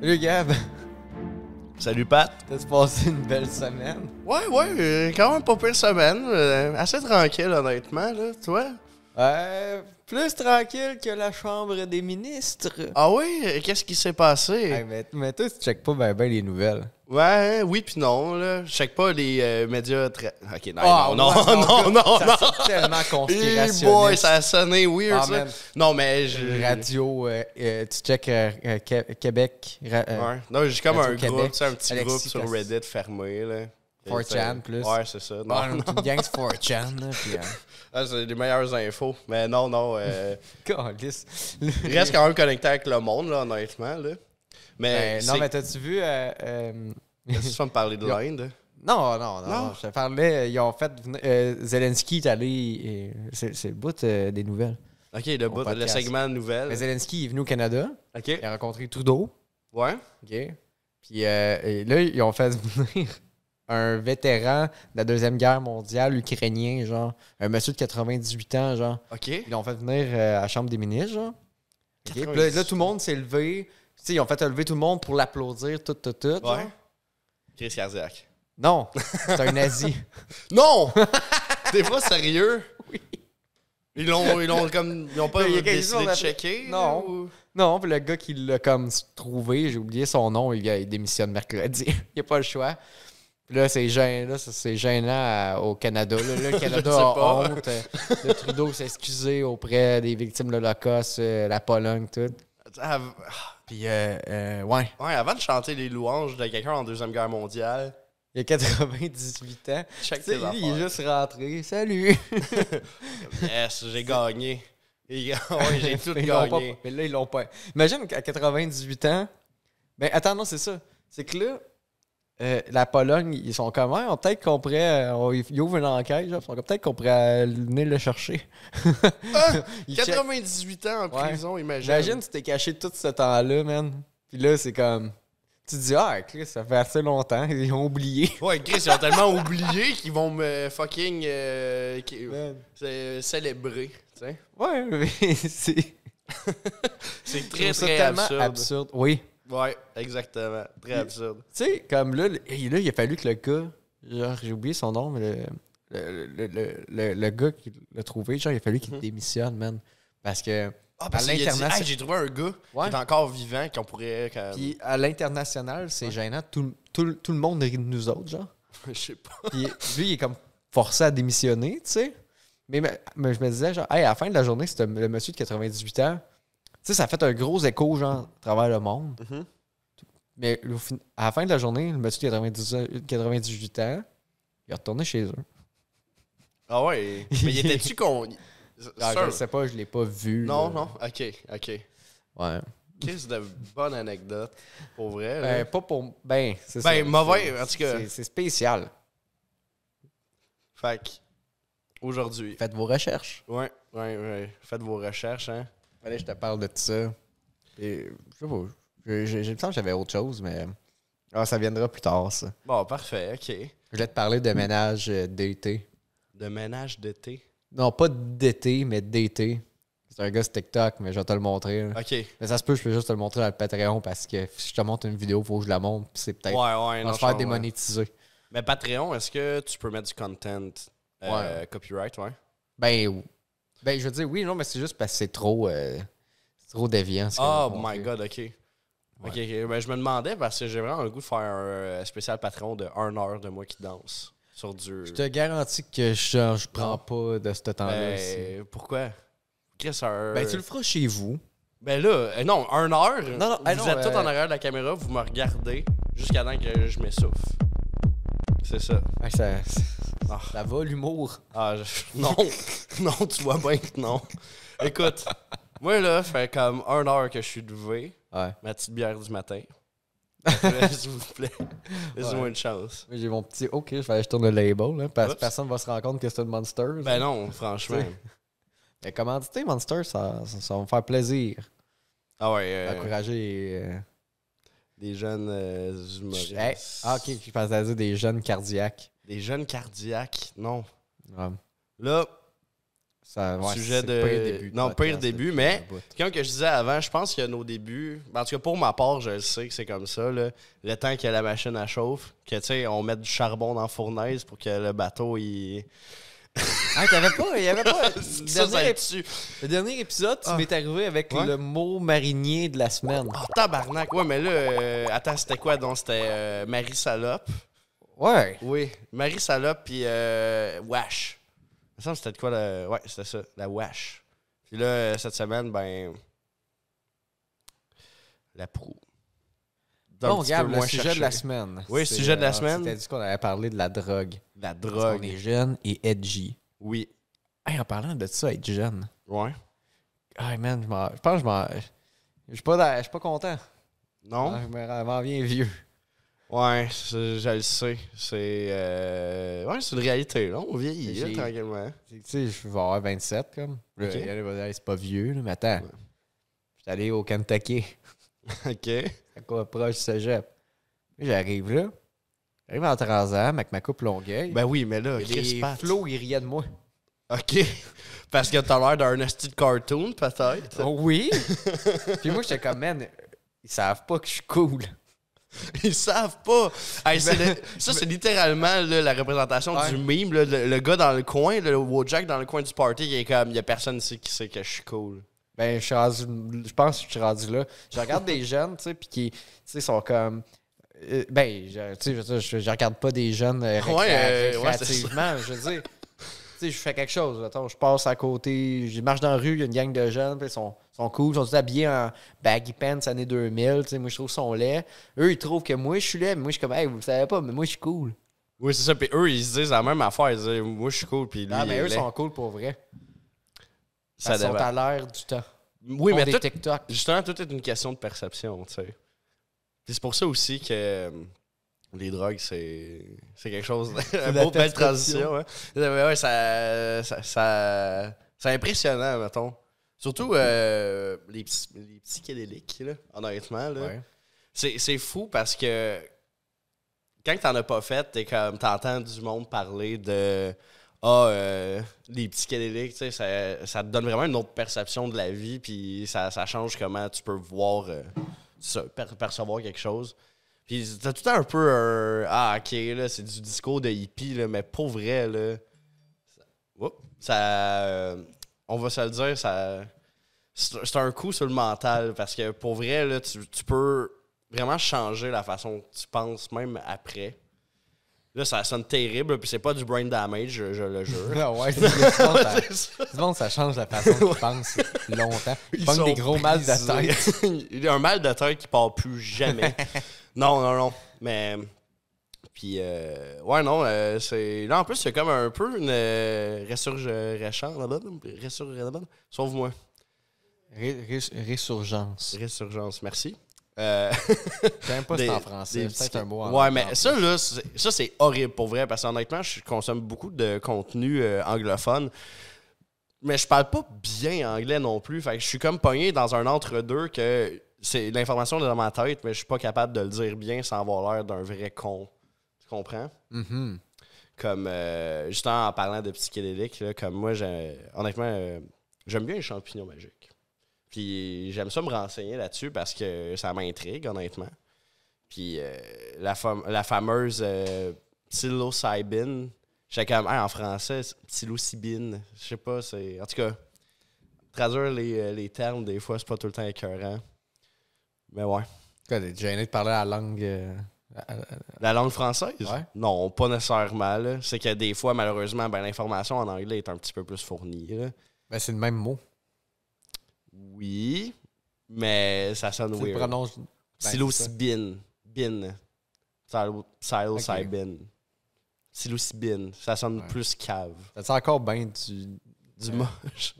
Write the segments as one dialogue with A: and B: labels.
A: Salut Gab,
B: Salut Pat.
A: t'as-tu passé une belle semaine?
B: Ouais, ouais, euh, quand même pas pire semaine. euh, assez tranquille, honnêtement, là, tu vois.
A: Euh, plus tranquille que la Chambre des ministres.
B: Ah oui, euh, qu'est-ce qui s'est passé?
A: Ah, Hey, mais, mais toi, tu checkes pas bien ben les nouvelles.
B: Ouais, oui puis non, là. Je check pas les euh, médias très... OK, Ben, non,
A: Ah,
B: non,
A: ouais,
B: non, non, non,
A: ça
B: non.
A: sonne tellement
B: Eh
A: conspirationniste.
B: boy, ça a sonné weird,
A: Ah,
B: ça.
A: man.
B: Non, mais je...
A: Radio, euh, euh, tu checkes euh, euh, Qué- Québec, ra- euh,
B: Ouais. Non, j'ai comme un
A: Radio-Québec,
B: groupe, c'est un petit
A: Alexis
B: groupe sur
A: Cassis.
B: Reddit fermé, là.
A: 4chan plus.
B: Ouais, c'est ça. Non,
A: ouais, une
B: non.
A: petite gang 4chan. là, puis, euh,
B: Ah, c'est les meilleures infos. Mais non, non, euh,
A: câlisse. Le-
B: reste quand même connecté avec le monde, là, honnêtement, là. Mais,
A: Euh, non,
B: c'est-
A: mais t'as-tu vu... euh, euh,
B: Est-ce que tu vas me parler de l'Inde?
A: Non, non, non,
B: Non?
A: Je te parlais, euh, ils ont fait. venir- euh, Zelensky est allé. euh, C'est c'est le bout euh, des nouvelles.
B: OK, le, bout, le
A: podcast.
B: segment
A: Mais
B: nouvelle.
A: Zelensky est venu au Canada,
B: OK.
A: il a rencontré Trudeau,
B: Ouais.
A: OK? Puis euh, et là, ils ont fait venir un vétéran de la Deuxième Guerre mondiale ukrainien, genre, un monsieur de 98 ans, genre.
B: OK.
A: Ils l'ont fait venir euh, à la Chambre des ministres, genre. OK? Puis là, là, tout le monde s'est levé. Tu sais, ils ont fait lever tout le monde pour l'applaudir, tout, tout, tout. genre.
B: Ouais. Crise cardiaque.
A: Non, c'est un nazi.
B: Non! T'es pas sérieux? Oui. Ils l'ont, ils l'ont comme. Ils n'ont pas
A: Il y a quelques
B: décidé
A: jours,
B: de
A: on a-
B: checker?
A: Non.
B: là, ou-
A: Non, puis le gars qui l'a comme trouvé, j'ai oublié son nom, il, il démissionne mercredi. il a pas le choix. Puis là, c'est gênant, là, ça, c'est gênant à- au Canada. Là, Là, le Canada
B: sais
A: a
B: pas.
A: honte. Le Trudeau s'est excusé auprès des victimes de l'Holocauste, euh, la Pologne, tout.
B: Av-
A: Puis, euh, euh, ouais,
B: Ouais, avant de chanter les louanges de quelqu'un en Deuxième Guerre mondiale,
A: il a 98 ans.
B: check
A: Tu sais,
B: tes
A: lui, il est
B: affaires.
A: juste rentré. Salut!
B: Yes, j'ai gagné. Et- ouais, j'ai tout
A: Mais ils l'ont
B: gagné.
A: pas- mais là, ils l'ont pas. Imagine qu'à 98 ans. Ben, attends, non, c'est ça. C'est que là, euh, la Pologne, ils sont comme, Ah, on peut-être qu'on pourrait. euh, on- ils ouvrent une enquête, genre, ils sont comme, peut-être qu'on pourrait euh, venir le chercher.
B: Ah,
A: Ils checkent.
B: 98 ans en
A: Ouais.
B: prison, imagine.
A: Imagine, tu t'es caché tout ce temps-là, man. Puis là, c'est comme. Tu te dis, ah, Chris, ça fait assez longtemps, ils ont oublié.
B: Ouais, Chris, ils ont tellement oublié qu'ils vont me fucking euh, qui-
A: Man.
B: euh, célébrer. tu sais.
A: Ouais, mais c'est.
B: C'est
A: je
B: très,
A: trouve ça
B: très
A: tellement
B: absurde.
A: absurde. Oui.
B: Ouais, exactement. Très absurde.
A: Tu sais, comme là, le- et là, il a fallu que le gars, genre, j'ai oublié son nom, mais le, le, le, le- le- le gars qui l'a trouvé, genre, il a fallu qu'il démissionne, man. Parce que
B: Ah,
A: Mhm. parce
B: parce
A: À qu'il a dit, l'international-
B: l'international.
A: Hey,
B: j'ai trouvé un gars
A: Ouais.
B: qui est encore vivant, qu'on pourrait. Quand...
A: puis à l'international, c'est gênant. Tout, tout, tout le monde rit de nous autres, genre.
B: Je sais pas.
A: Puis lui, il est comme forcé à démissionner, tu sais. Mais, mais- mais je me disais, genre, hey, à la fin de la journée, c'est le monsieur de 98 ans. Tu sais, ça a fait un gros écho, genre, à travers le monde.
B: Mhm.
A: Mais au fin- à la fin de la journée, le monsieur de 98 98 ans, il est retourné chez eux.
B: Ah ouais. Mais il était-tu con. C'est
A: Ah,
B: sûr.
A: je sais pas, je l'ai pas vu.
B: Non,
A: là.
B: non. Ok, ok.
A: Ouais.
B: Qu'est-ce de bonne anecdote. Pour vrai. là.
A: Ben, pas pour. Ben, c'est
B: Euh, Ben,
A: ça.
B: mauvais,
A: C'est-
B: en tout cas.
A: c'est- C'est spécial.
B: Fait que, Aujourd'hui.
A: Faites vos recherches.
B: Ouais, ouais, ouais. Faites vos recherches, hein.
A: Allez, je te parle de ça. Et, je sais pas. Je- je- je- Il me semble que j'avais autre chose, mais. Ah, ça viendra plus tard, ça.
B: Bon, parfait, ok.
A: Je voulais te parler de ménage euh, d'été.
B: De ménage d'été.
A: Non, pas d'été, mais d'été. C'est un gars sur TikTok, mais je vais te le montrer. là.
B: Ok. Ouais,
A: Mais ça se peut, je peux juste te le montrer dans le Patreon parce que si je te montre une vidéo, faut que je la montre. puis c'est
B: ouais.
A: peut-être. on
B: non,
A: va
B: je
A: se faire
B: comprends.
A: démonétiser.
B: Mais Patreon, est-ce que tu peux mettre du content euh, copyright, ouais?
A: Ben, ou- ben, je veux dire, oui, non, mais c'est juste parce que c'est trop, euh, c'est trop déviant. ce
B: Oh
A: qu'on a montré.
B: my god, ok. Ok, ok. Ben, je me demandais parce que j'ai vraiment le goût de faire un euh, spécial Patreon de 1 heure de moi qui danse sur du.
A: Je te garantis que je, je prends pas de ce temps-là. ici.
B: Ben, pourquoi? Chris, un-
A: Ben, tu le feras chez vous.
B: Ben là, euh, non, 1 heure.
A: non,
B: vous
A: ah non,
B: êtes tous
A: euh,
B: en arrière de la caméra, vous me regardez jusqu'à temps que je m'essouffle. C'est ça.
A: Ah, ça,
B: Ah.
A: ça va, l'humour.
B: Ah, je- non, non, tu vois bien que non. Écoute, moi là, fait comme 1 heure que je suis levé,
A: Ouais.
B: ma petite bière du matin. Après, S'il vous plaît, laissez-moi une chance.
A: Moi, J'ai mon petit OK, je vais aller tourner le label. Hein, parce que
B: Oups.
A: personne va se rendre compte que c'est un Monster.
B: Ben non, franchement.
A: Mais commandité, Monster, ça, ça, ça va me faire plaisir.
B: Ah ouais, euh,
A: Encourager. euh,
B: des jeunes euh, humoristes.
A: hey, ah, ok, je pensais à dire des jeunes cardiaques.
B: Des jeunes cardiaques, non.
A: Ouais.
B: Là,
A: Ça, ouais,
B: Sujet
A: c'est
B: de-
A: pire début de
B: non,
A: podcast
B: pire début,
A: depuis
B: mais-
A: un bout.
B: Comme que je disais avant, je pense que nos débuts, ben, en tout cas pour ma part, je le sais que c'est comme ça. là. Le temps que la machine à chauffe, que tu sais, on mette du charbon dans la fournaise pour que le bateau il.
A: Ah, t'avais pas, il y avait pas. le,
B: Ça, ça
A: dernier,
B: tue.
A: le dernier épisode, tu
B: Ah.
A: m'es arrivé avec
B: Ouais.
A: le mot marinier de la semaine.
B: Oh, tabarnak. Ouais, mais là, euh, attends, c'était quoi donc C'était euh, Marie Salope.
A: Ouais.
B: Oui, Marie Salope puis euh, Wash. Il me semble que c'était de quoi le. Ouais, c'était ça, la Wash. Puis là, euh, cette semaine, ben. La proue. Donc,
A: Bon,
B: un petit peu
A: regarde, le
B: moins
A: sujet
B: cherché.
A: de la semaine.
B: Oui,
A: C'est,
B: sujet de la
A: euh,
B: semaine.
A: C'était dit qu'on allait parler de la drogue.
B: La
A: On
B: drogue.
A: est jeune et edgy.
B: Oui.
A: Hey, en parlant de ça, être jeune.
B: Ouais.
A: Ah man, je, m'en- je pense que je m'en. Je suis pas, dans- je suis pas content.
B: Non?
A: Ah, Je me- je m'en viens vieux.
B: Ouais, c'est- je le sais. C'est. euh, Ouais, c'est une réalité, là. On vieillit, là,
A: J'ai-
B: tranquillement.
A: Tu sais, je vais avoir 27 comme. Il
B: Ok.
A: y en a qui vont dire, Hey, c'est pas vieux, là, mais attends.
B: Ouais.
A: Je suis allé au Kentucky,
B: OK.
A: à quoi proche du cégep. Puis J'arrive là. J'arrive en transam avec ma coupe longueuil.
B: Ben oui, mais là,
A: Et
B: Chris
A: les
B: Pat.
A: flots, ils riaient de moi.
B: OK. Parce que t'as l'air d'un hostie de cartoon, peut-être.
A: Oh, oui! Puis moi, j'étais comme, man, ils savent pas que je suis cool.
B: Ils savent pas. Hey, c'est le- ça, c'est littéralement là, la représentation
A: Ouais.
B: du mime. là, le, le gars dans le coin, le Wojak dans le coin du party, il est comme, il y a personne ici qui sait que je suis cool.
A: Ben, je, suis rendu- je pense que je suis rendu là. Je regarde des jeunes, tu sais, puis qui, tu sais, sont comme. euh, ben, je, tu sais, je, veux dire, je- je regarde pas des jeunes euh, récré-
B: Ouais, euh, ouais, c'est
A: récréativement, je veux dire. Tu sais, je fais quelque chose. Mettons, je passe à côté, je marche dans la rue, il y a une gang de jeunes, puis ils sont, sont cool, ils sont tous habillés en baggy pants années 2000. Tu sais, moi, je trouve qu'ils sont laids. Eux, ils trouvent que moi, je suis laid, mais moi, je suis comme, hey, vous le savez pas, mais moi, je suis cool.
B: Oui, c'est ça. Puis eux, ils se disent la même affaire. Ils disent, moi, je suis cool. Puis lui,
A: Ah, mais
B: il
A: eux
B: est laid.
A: sont cool pour vrai.
B: ça
A: ils sont
B: dépend.
A: à l'air du temps.
B: Oui,
A: Ils
B: mais
A: font
B: tout-
A: des TikTok.
B: justement, tout est une question de perception, tu sais. Puis c'est pour ça aussi que euh, les drogues, c'est c'est quelque chose. un
A: la
B: beau belle
A: perception.
B: transition. hein. Ouais, ouais, ça, ça, ça- c'est impressionnant, mettons. Surtout euh, les, petits- les psychédéliques, là, honnêtement. Là.
A: Ouais.
B: C'est c'est fou parce que quand t'en as pas fait, t'es comme t'entends du monde parler de ah euh, les psychédéliques, tu sais, ça, ça te donne vraiment une autre perception de la vie, puis ça, ça change comment tu peux voir euh, ça, per- percevoir quelque chose. Puis t'as tout le temps un peu un ah ok là c'est du discours de hippie là, mais pour vrai là, ça, Oups. ça, euh, on va se le dire ça c'est c'est un coup sur le mental parce que pour vrai, là, tu, tu peux vraiment changer la façon que tu penses même après. Là, ça sonne terrible, puis c'est pas du brain damage, je, je le jure.
A: Ah ouais, c'est- c'est bon, ça-
B: C'est ça.
A: Tout le monde, ça change la façon qu'ils pensent longtemps. Ils pognent
B: sont
A: des gros mal de
B: brisés.
A: tête.
B: Il y a un mal de tête qui part plus jamais. non, non, non. Mais. Puis, euh, ouais, non, euh, c'est. Là, en plus, c'est comme un peu une euh, ressurgence. Ressurgence. Sauve-moi.
A: Ré- ré- Résurgence.
B: Ressurgence. Merci. Euh,
A: J'aime pas
B: Des-
A: c'est en français.
B: des
A: C'est peut-être
B: petits-
A: un mot en
B: Ouais, mais ça, là, c'est- ça, c'est horrible pour vrai, parce qu'honnêtement, je consomme beaucoup de contenu euh, anglophone. Mais je parle pas bien anglais non plus. Fait que je suis comme pogné dans un entre-deux que c'est l'information est dans ma tête, mais je suis pas capable de le dire bien sans avoir l'air d'un vrai con. Tu comprends?
A: Mhm.
B: Comme euh, justement en parlant de psychédéliques, là, comme moi, j'ai- honnêtement, euh, j'aime bien les champignons magiques. Puis j'aime ça me renseigner là-dessus parce que ça m'intrigue, honnêtement. Puis euh, la, fam- la fameuse euh, psilocybine, j'étais comme, Hey, en français, c'est psilocybine, je sais pas, c'est. En tout cas, traduire les, euh, les termes, des fois, c'est pas tout le temps écœurant. Mais ouais.
A: Quoi, t'es gêné de parler la langue. euh, à- à-
B: La langue française?
A: Ouais.
B: Non, pas nécessairement. là. C'est que des fois, malheureusement, ben, l'information en anglais est un petit peu plus fournie. là.
A: Ben, c'est le même mot.
B: Oui, mais ça sonne
A: Tu le
B: weird.
A: prononces. ben, c'est ça.
B: Psilocybine. Bin. Psil- Psilocybine. Psilocybine. Ça sonne
A: Ouais.
B: plus cave.
A: T'as-tu encore bien du.
B: Du
A: Euh,
B: moche.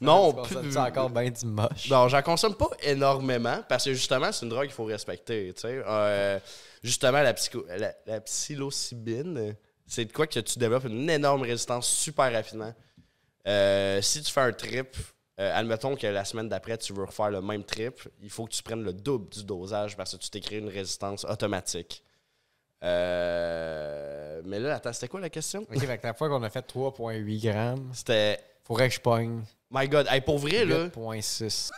B: non,
A: tu
B: plus-
A: consommes-tu encore bien du moche.
B: Non, j'en consomme pas énormément parce que justement, c'est une drogue qu'il faut respecter. tu sais. Euh, justement, la, psycho- la, la psilocybine, euh, c'est de quoi que tu développes une énorme résistance super rapidement. Euh, si tu fais un trip, euh, admettons que la semaine d'après, tu veux refaire le même trip, il faut que tu prennes le double du dosage parce que tu t'es créé une résistance automatique. Euh, mais là, attends, c'était quoi la question?
A: Ok, fait que la fois qu'on a fait 3,8 grammes,
B: C'était.
A: faudrait que je pogne
B: My God, hey, pour vrai, là,
A: 8,6.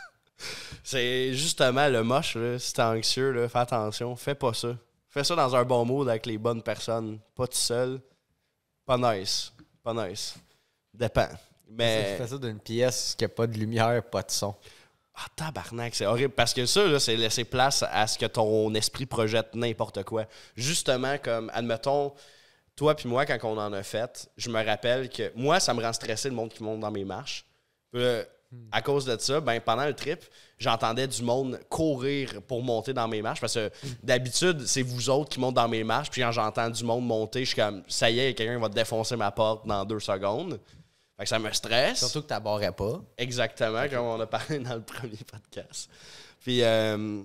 B: c'est justement le moche, là. Si t'es anxieux, là, fais attention, fais pas ça. Fais ça dans un bon mood avec les bonnes personnes, pas tout seul. Pas nice. Pas nice. Dépend.
A: Tu
B: Mais.
A: fais ça d'une pièce qui a pas de lumière, pas de son.
B: Ah, tabarnak, c'est horrible. Parce que ça, là, c'est laisser place à ce que ton esprit projette n'importe quoi. Justement, comme, admettons, toi puis moi, quand on en a fait, je me rappelle que moi, ça me rend stressé le monde qui monte dans mes marches. Puis là, à cause de ça, ben, pendant le trip, j'entendais du monde courir pour monter dans mes marches. Parce que d'habitude, c'est vous autres qui montez dans mes marches. Puis quand j'entends du monde monter, je suis comme, ça y est, quelqu'un va défoncer ma porte dans deux secondes. Fait que ça me stresse.
A: Surtout que t'aborrais pas.
B: Exactement, comme on a parlé dans le premier podcast. Puis, euh,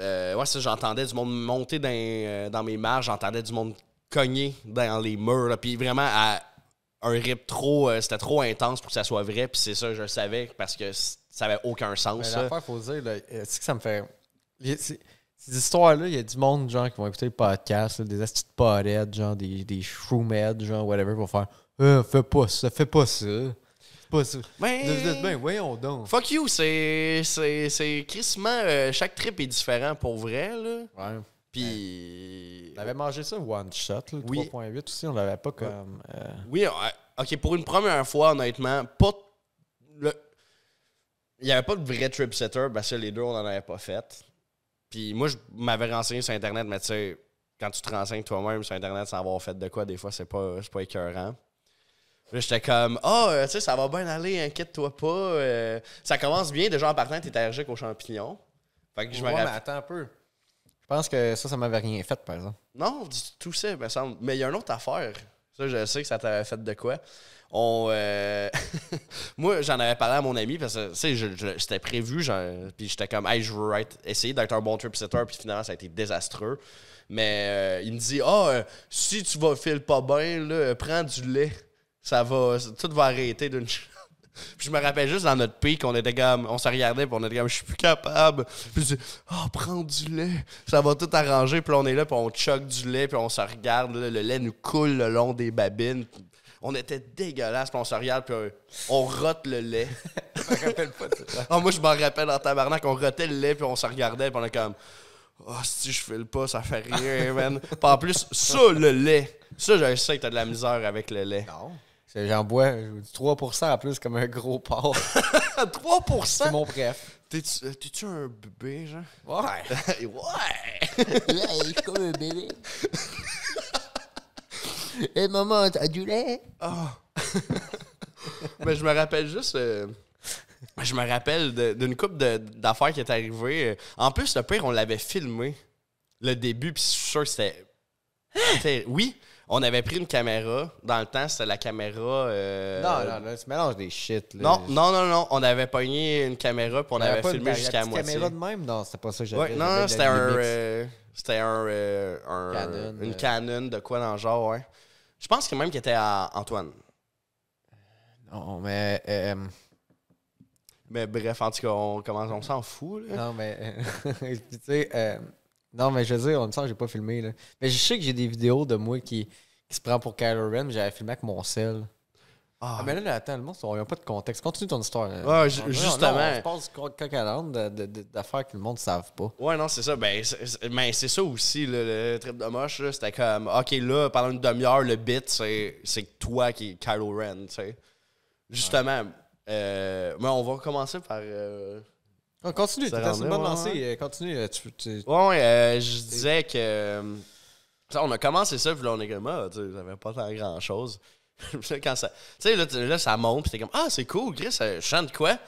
B: euh, ouais, ça, j'entendais du monde monter dans, euh, dans mes marges, j'entendais du monde cogner dans les murs, là, puis vraiment à un rythme trop, euh, c'était trop intense pour que ça soit vrai, puis c'est ça, je le savais, parce que c- ça avait aucun sens.
A: Mais
B: ça.
A: l'affaire, faut dire, là, euh, c'est que ça me fait. les- c'est- Ces histoires-là, il y a du monde, genre, qui vont écouter le podcast, là, des astuces de potheads, genre, des, des shroomettes, genre, whatever, vont faire Euh, fais pas ça, fais pas ça. Fais pas ça.
B: Mais-
A: Vous êtes bien, voyons donc.
B: Fuck you, c'est, c'est, c'est crissement, euh, chaque trip est différent pour vrai, là.
A: Ouais.
B: Puis.
A: On avait mangé ça one shot, là, le
B: Oui.
A: 3.8 aussi, on l'avait pas comme. euh,
B: Oui, on- ok, pour une première fois, honnêtement, pas. t- le- Il n'y avait pas de vrai trip setter parce que les deux, on n'en avait pas fait. Puis moi, je m'avais renseigné sur Internet, mais tu sais, quand tu te renseignes toi-même sur Internet sans avoir fait de quoi, des fois, c'est pas, c'est pas écœurant. Puis Là, j'étais comme, ah, euh, tu sais, ça va bien aller, inquiète-toi pas. euh. ça commence bien, déjà en partant, t'es allergique aux champignons. Fait que je me
A: ouais, mais
B: rappelle.
A: attends un peu. Je pense que ça, ça m'avait rien fait, par exemple.
B: Non, du tout ça, il me semble. Mais il y a une autre affaire. Ça, je sais que ça t'avait fait de quoi. On, euh, Moi, j'en avais parlé à mon ami parce que, tu sais, je- je- c'était prévu. j'en- Puis j'étais comme, hey, je veux être- essayer d'être un bon trip setter. Puis finalement, ça a été désastreux. Mais euh, il me dit, ah, euh, si tu vas filer pas bien, là, euh, prends du lait. Ça va, tout va arrêter d'une ch- Puis je me rappelle juste dans notre pic, on était comme, on se regardait, puis on était comme, je suis plus capable. Puis je dis, oh, prends du lait, ça va tout arranger. Puis là, on est là, puis on choque du lait, puis on se regarde, là, le lait nous coule le long des babines. On était dégueulasse, puis on se regarde, puis euh, on rote le lait.
A: Je me rappelle pas de ça.
B: Ah, moi, je m'en rappelle en tabarnak, on rotait le lait, puis on se regardait, puis on est comme, oh, si je file pas, ça fait rien, man. Puis en plus, ça, le lait, ça, je sais que t'as de la misère avec le lait.
A: Non. C'est- J'en bois euh, du 3% en plus, comme un gros porc.
B: 3%?
A: C'est mon préf.
B: T'es-tu euh, t'es-tu un bébé, genre?
A: Ouais.
B: ouais!
A: Là, je suis comme un bébé. Et maman, t'as du lait?
B: Ah. Mais Ben, je me rappelle juste. euh, je me rappelle de- d'une coupe d'affaires qui est arrivée. En plus, le pire, on l'avait filmé. Le début, puis je suis sûr que c'était.
A: Hein?
B: c'était- Oui, on avait pris une caméra. Dans le temps, c'était la caméra. euh,
A: Non, non, là, tu mélanges des shit. Là.
B: Non, non, non, non. On avait pogné une caméra, puis on
A: Il y avait
B: avait
A: pas
B: filmé
A: une-
B: jusqu'à
A: la petite
B: moitié.
A: caméra de même? Non, c'était pas ça que j'avais.
B: Ouais, non,
A: J'avais
B: non,
A: la
B: c'était un,
A: Lumix.
B: euh, c'était un, euh, un-
A: Canon,
B: une
A: euh.
B: Canon de quoi dans le genre, ouais. Je pense que même qu'il était à Antoine.
A: Non, mais. euh,
B: Mais bref, en tout cas, on commence, on s'en fout. Là.
A: non, mais. euh, tu sais, euh, non, mais je veux dire, on me semble que j'ai pas filmé. Là. Mais je sais que j'ai des vidéos de moi qui, qui se prend pour Kylo Ren, mais j'avais filmé avec mon sel.
B: Ah,
A: Ah, mais là, là, attends, le monde, on n'a pas de contexte. Continue ton histoire. là.
B: Ouais, ju-
A: Non, non,
B: justement.
A: non, on se passe du coq à l'âne de- de- de- d'affaires que le monde ne savent pas.
B: Ouais, non, c'est ça. Ben, c'est- c'est- ben, c'est ça aussi, là, le trip de moche. là, C'était comme, OK, là, pendant une demi-heure, le bit, c'est c'est toi qui es Kylo Ren, tu sais. Justement, euh, mais on va commencer par... euh,
A: Ah, continue,
B: Ça
A: t'as une
B: rendait,
A: bonne
B: ouais,
A: lancée.
B: ouais.
A: euh, Continue. euh, Tu, tu-
B: Ouais, ouais, euh, je disais que... euh, ça, on a commencé ça, puis là, on est comme, ah, tu sais, ça fait pas tant grand-chose. Puis là, quand ça... Tu sais, là, tu- là, ça monte, puis t'es comme, ah, c'est cool, Chris, ça- je chante quoi?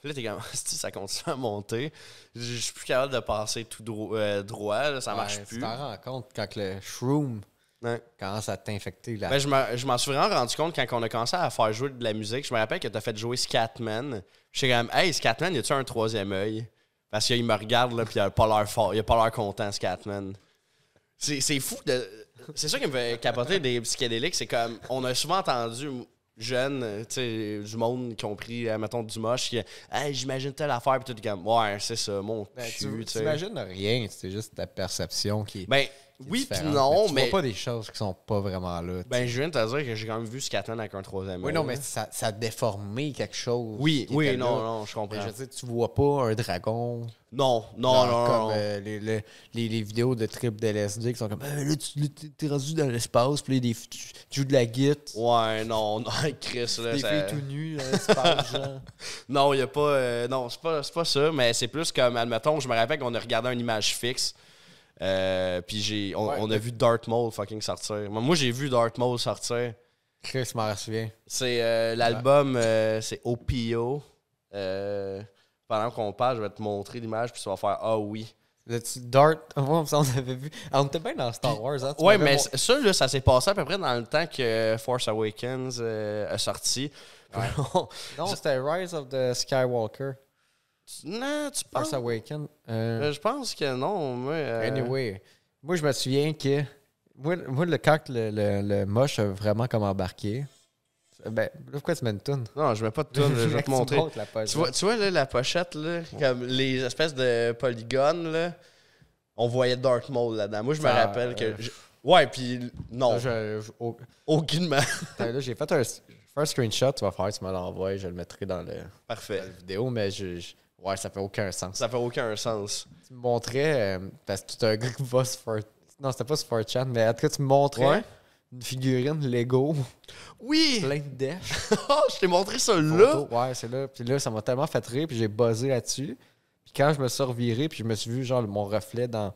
B: Puis là, t'es comme, Asti, ça continue à monter. Je je suis plus capable de passer tout dro- euh, droit, là, ça marche
A: Ouais,
B: plus.
A: ben, Tu t'en rends compte quand le shroom
B: Ouais.
A: commence à t'infecter. là.
B: Ben, je me- je m'en suis vraiment rendu compte quand on a commencé à faire jouer de la musique. Je me rappelle que t'as fait jouer Scatman. Je suis comme, hey, Scatman, y a-tu un troisième œil? Parce qu'il me regarde, là, puis il a pas l'air fort, il a pas l'air content, Scatman. C'est c'est fou de. C'est ça qui me fait capoter des psychédéliques. C'est comme, on a souvent entendu jeunes, tu sais, du monde, y compris, euh, mettons, du moche, qui, hey, j'imagine telle affaire, puis tout, comme, ouais, c'est ça, mon
A: Ben,
B: cul,
A: tu
B: tu sais.
A: t'imagines rien, c'est juste ta perception qui,
B: Ben, Oui, puis
A: différente,
B: non,
A: Tu
B: mais-
A: vois pas des choses qui sont pas vraiment là. tu sais.
B: Ben, je viens de te dire que j'ai quand même vu Scatman avec un troisième
A: oui,
B: œil, hein.
A: non,
B: là.
A: mais ça, ça a déformé quelque chose.
B: Oui,
A: qui était
B: oui,
A: là.
B: non, non, je
A: Mais
B: comprends.
A: je veux dire, tu vois pas un dragon.
B: Non, non,
A: genre
B: non,
A: comme
B: non.
A: euh, les, les- les- les vidéos de trip d'LSD qui sont comme Ah, là, tu là, t'es- t'es rendu dans l'espace, puis là, des- tu, tu joues de la guite.
B: Ouais, non, non, Chris, là.
A: Des
B: ça-
A: filles tout nues dans l'espace, genre.
B: Non, il n'y a pas. euh, non, c'est pas, c'est pas ça, mais c'est plus comme, admettons, je me rappelle qu'on a regardé une image fixe. euh, puis j'ai, on,
A: Ouais.
B: on a vu Darth Maul fucking sortir. Moi, moi, j'ai vu Darth Maul sortir.
A: Chris m'en souvient.
B: C'est euh, l'album, euh, c'est OPO. Euh, pendant qu'on parle, je vais te montrer l'image, puis tu vas faire Ah oui.
A: Le petit Dart, on on avait vu. Ah, on était bien dans Star Wars, hein? tu
B: Ouais,
A: m'avais
B: mais
A: mon-
B: c- ça, là, ça s'est passé à peu près dans le temps que Force Awakens euh, a sorti. Puis on-
A: Non, c'était Rise of the Skywalker.
B: tu- non, tu penses.
A: Force Awakens. euh,
B: Euh, Je pense que non. Moi, euh,
A: Anyway, moi, je me souviens que. Moi, moi, le cac, le, le, le moche a vraiment comme embarqué. Ben, là, pourquoi tu mets une toune?
B: Non, je mets pas de tune, je vais
A: Tu
B: te montrer.
A: montres la page.
B: Tu vois, tu vois là, la pochette, là, comme les espèces de polygones, là, on voyait Darth Maul là-dedans. Moi, je me
A: Ça,
B: rappelle que.
A: euh,
B: je- Ouais, puis non,
A: Là, je- je- oh,
B: aucunement.
A: putain, là, j'ai fait un, faire un screenshot, tu vas faire, tu me l'envoies, je le mettrai dans, le,
B: Parfait.
A: dans la vidéo, mais je, je- ouais, ça fait aucun sens.
B: Ça fait aucun sens.
A: Tu me montrais, euh, parce que tu un gars qui va sur 4 Non, c'était pas sur 4chan, mais en tout cas, tu me montrais
B: Ouais.
A: une figurine Lego,
B: Oui!
A: plein de dèches.
B: Oh, je t'ai montré ça là!
A: Photo, Ouais, c'est là. Puis là, ça m'a tellement fait rire, puis j'ai buzzé là-dessus. Puis quand je me suis reviré, puis je me suis vu, genre, mon reflet dans,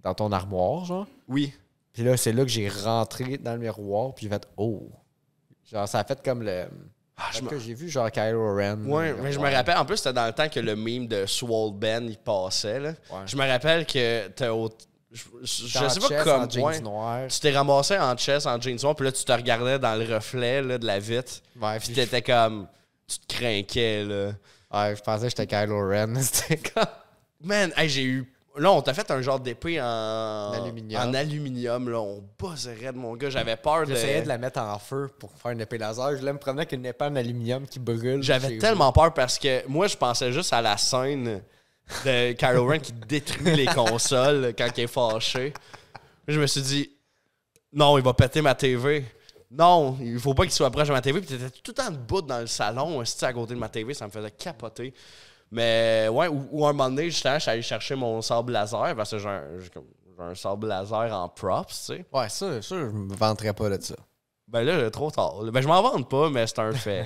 A: dans ton armoire, genre.
B: Oui.
A: Puis là, c'est là que j'ai rentré dans le miroir, puis j'ai fait « Oh! » Genre, ça a fait comme le...
B: Ah, je
A: Parce
B: me-
A: que j'ai vu, genre, Kylo Ren.
B: Ouais, mais je me rappelle, en plus, c'était dans le temps que le meme de Swole Ben, il passait, là.
A: Ouais.
B: Je me rappelle que t'as au- Je, je- je
A: Dans
B: sais
A: chess,
B: pas
A: en
B: comment.
A: jeans
B: ouais.
A: noirs.
B: Tu t'es ramassé en chess, en jeans noir, puis là, tu te regardais dans le reflet là, de la vitre.
A: Ouais,
B: Puis
A: puis
B: t'étais comme. Tu te craquais, là.
A: ouais, je pensais que j'étais Kylo Ren. C'était comme...
B: Man, hey, j'ai eu. Là, on t'a fait un genre d'épée en.
A: Aluminium.
B: En aluminium, là. On buzzerait de mon gars. J'avais peur de.
A: J'essayais de la mettre en feu pour faire une épée laser. Je là, me promenais avec une épée en aluminium qui brûle.
B: J'avais
A: J'ai-
B: tellement peur parce que moi, je pensais juste à la scène de Kylo Ren qui détruit les consoles quand il est fâché. Je me suis dit, non, il va péter ma TV. Non, il faut pas qu'il soit proche de ma TV. Puis t'étais tout le temps debout dans le salon, hostie, à côté de ma TV, ça me faisait capoter. Mais ouais, ou, ou un moment donné, justement, je suis allé chercher mon sable laser parce que j'ai un, j'ai comme- j'ai un sable laser en props, tu sais.
A: Ouais, ça, ça, je me vanterais pas de ça.
B: Ben là, trop tard. là. Ben je m'en vante pas, mais c'est un fait.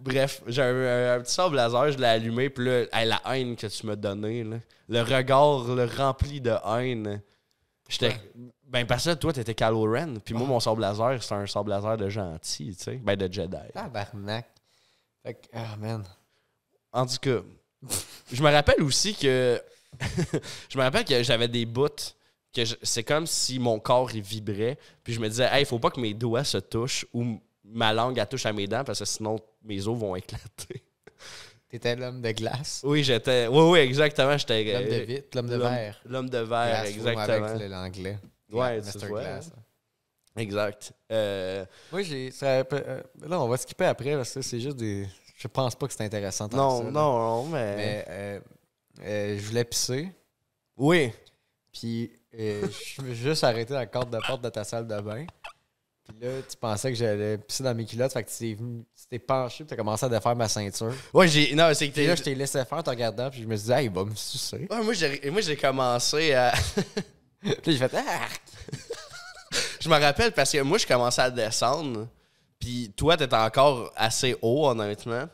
B: Bref, j'ai un, un petit sable laser, je l'ai allumé, puis là, hey, la haine que tu m'as donnée, là. le regard le rempli de haine. J'étais. Ben parce que là, toi, t'étais Kylo Ren, puis moi, mon sable laser, c'était un sable laser de gentil, tu sais. Ben de Jedi.
A: Tabarnak. Fait que, ah, man.
B: En tout cas, je me rappelle aussi que. je me rappelle que j'avais des bouts que je- c'est comme si mon corps il vibrait. Puis je me disais, hey, faut pas que mes doigts se touchent ou m- ma langue elle touche à mes dents parce que sinon mes os vont éclater.
A: T'étais l'homme de glace.
B: Oui, j'étais. Oui, oui, exactement. J'étais.
A: L'homme de vitre, l'homme de
B: L'homme-
A: verre.
B: L'homme de verre,
A: Glace,
B: exactement.
A: Avec le- l'anglais.
B: Ouais,
A: Glass,
B: tu
A: Mr.
B: vois.
A: Glass.
B: Exact. Euh,
A: Moi, j'ai. ça- euh, Là, on va skipper après parce que c'est juste des. Je pense pas que c'est intéressant. tant
B: non,
A: que ça, là.
B: non, non, mais.
A: Mais euh, euh, je voulais pisser,
B: Oui.
A: puis euh, je me suis juste arrêté dans le cadre de porte de ta salle de bain. Puis là, tu pensais que j'allais pisser dans mes culottes, fait que tu t'es venu- tu t'es penché, puis t'as commencé à défaire ma ceinture.
B: Ouais, j'ai. Non, c'est que
A: Puis
B: t'es.
A: là, je t'ai laissé faire en te regardant, puis je me suis dit, ah, il va me sucer.
B: Ouais, moi, j'ai moi, j'ai commencé à.
A: Puis là, j'ai fait, ah!
B: Je me rappelle parce que moi, je commençais à descendre. Puis toi, t'étais encore assez haut, honnêtement.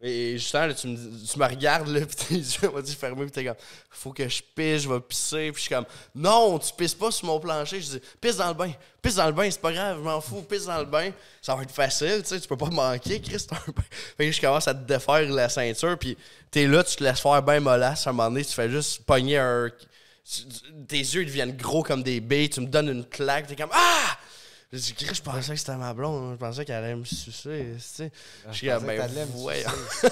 B: Et justement, là, tu, me, dis- tu me regardes, là, puis tes yeux m'ont dit fermé, puis t'es comme, faut que je pisse, je vais pisser. Puis je suis comme, non, tu pisses pas sur mon plancher. Je dis, pisse dans le bain, pisse dans le bain, c'est pas grave, je m'en fous, pisse dans le bain. Ça va être facile, tu sais, tu peux pas manquer, Chris, c'est un bain. Fait que je commence à te défaire la ceinture, puis t'es là, tu te laisses faire ben mollasse. À un moment donné, tu fais juste pogner un. tu- tu- Tes yeux, ils deviennent gros comme des billes, tu me donnes une claque, t'es comme, ah! Je dis, Chris, je pensais que c'était ma blonde, je pensais qu'elle allait me sucer, tu sais. Je suis comme,
A: pensais que
B: ben,
A: t'allais me
B: voyons.
A: sucer.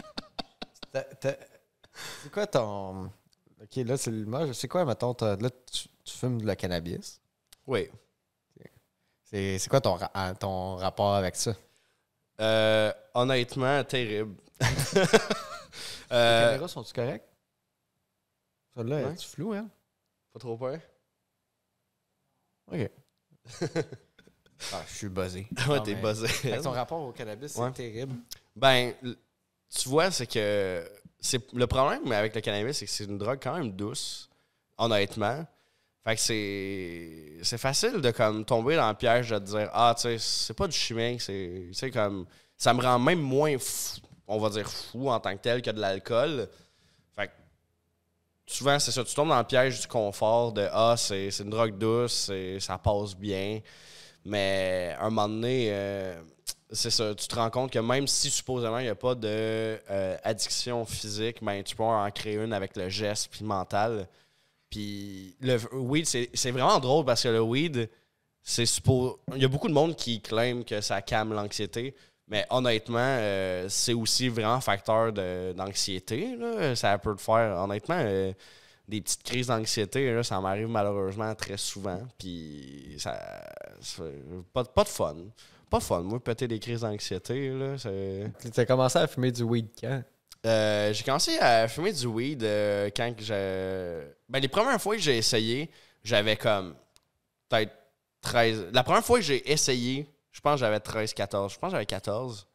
A: T'as- t'as- C'est quoi ton. Ok, là, c'est le moche. C'est quoi, mettons, t'as- là, tu, tu fumes de la cannabis?
B: Oui.
A: C'est c'est quoi ton, ra- ah, ton rapport avec ça?
B: Euh, honnêtement, terrible.
A: Les
B: Euh,
A: caméras sont-tu correctes? Celle-là,
B: ouais.
A: est tu floue, hein?
B: pas trop peur.
A: OK. Ah, je suis buzzé.
B: Ouais,
A: Non,
B: t'es
A: mais-
B: buzzé.
A: Fait que ton rapport au cannabis, c'est
B: Ouais.
A: terrible.
B: Ben, l- tu vois, c'est que c'est le problème avec le cannabis, c'est que c'est une drogue quand même douce, honnêtement. Fait que c'est c'est facile de comme tomber dans le piège de te dire ah tu sais c'est pas du chimique, c'est tu sais comme ça me rend même moins fou, on va dire fou en tant que tel que de l'alcool. Fait que souvent c'est ça, tu tombes dans le piège du confort de ah c'est c'est une drogue douce, c'est- ça passe bien. Mais un moment donné, euh, c'est ça, tu te rends compte que même si supposément il n'y a pas de euh, addiction physique, ben, tu peux en créer une avec le geste puis le mental. Puis le v- weed, c'est c'est vraiment drôle parce que le weed, c'est suppo- Il y a beaucoup de monde qui claime que ça calme l'anxiété. Mais honnêtement, euh, c'est aussi vraiment facteur de- d'anxiété. là. Ça peut te faire, honnêtement, euh, des petites crises d'anxiété. là, Ça m'arrive malheureusement très souvent. Puis, ça, ça- pas, pas de fun. Pas de fun, moi, péter des crises d'anxiété. là, c'est-
A: T'as commencé à fumer du weed quand?
B: euh, j'ai commencé à fumer du weed euh, quand que j'ai. Ben, les premières fois que j'ai essayé, j'avais comme peut-être 13. La première fois que j'ai essayé, je pense que j'avais 13, 14. Je pense que j'avais 14.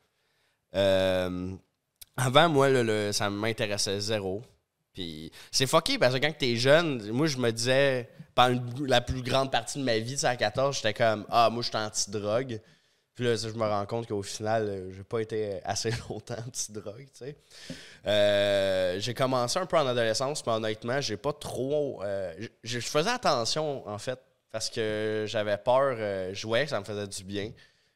B: Euh, avant, moi, le, le- ça m'intéressait zéro. Puis c'est fucké parce que quand t'es jeune, moi, je me disais, pendant la plus grande partie de ma vie, tu sais, à 14, j'étais comme, ah, moi, je suis anti-drogue. Puis là, ça, je me rends compte qu'au final, euh, j'ai pas été assez longtemps anti-drogue, tu sais. Euh, j'ai commencé un peu en adolescence, mais honnêtement, j'ai pas trop. euh, je, je faisais attention, en fait, parce que j'avais peur. euh, je voyais que ça me faisait du bien.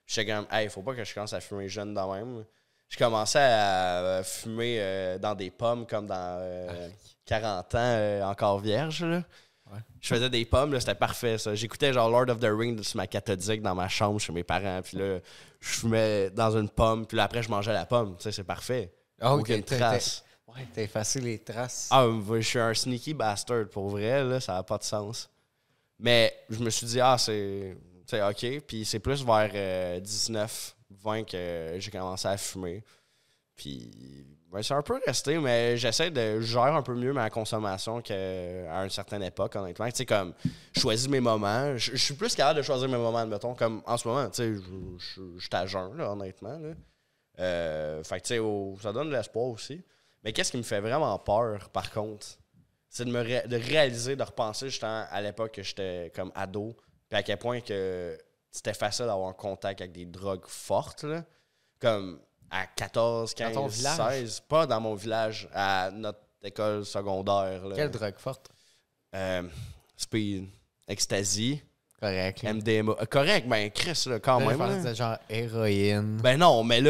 B: J'étais comme, hey, faut pas que je commence à fumer jeune dans même. Je commençais à euh, fumer euh, dans des pommes comme dans
A: Ah,
B: euh, 40 ans, euh, encore vierge. là.
A: Ouais.
B: Je faisais des pommes, là, c'était parfait ça. J'écoutais genre Lord of the Rings sur ma cathodique dans ma chambre chez mes parents. Puis là, je fumais dans une pomme, puis là, après, je mangeais la pomme. Tu sais, c'est parfait.
A: Ah, ok,
B: Aucune
A: t'as-
B: trace.
A: t'as- Ouais, t'as effacé les traces.
B: Ah, je suis un sneaky bastard, pour vrai, là, ça n'a pas de sens. Mais je me suis dit, ah, c'est c'est OK. Puis c'est plus vers euh, 19, 20 que j'ai commencé à fumer. Puis ben, c'est un peu resté, mais j'essaie de gérer un peu mieux ma consommation qu'à une certaine époque, honnêtement. Tu sais, comme, je choisis mes moments. Je je suis plus capable de choisir mes moments, admettons. Comme en ce moment, tu sais, je- je je suis à jeun, là, honnêtement. Là. Euh, fait que, tu sais, au- ça donne de l'espoir aussi. Mais qu'est-ce qui me fait vraiment peur, par contre, c'est de me ré- de réaliser, de repenser justement à l'époque que j'étais comme ado, puis à quel point que c'était facile d'avoir un contact avec des drogues fortes, là. comme à 14,
A: Dans ton
B: 15,
A: village?
B: 16, pas dans mon village, à notre école secondaire. là.
A: Quelle drogue forte.
B: Euh, speed, ecstasy,
A: Correct.
B: MDMA. Euh, Correct, ben Chris, là, quand même. là.
A: genre héroïne,
B: Ben non, mais là,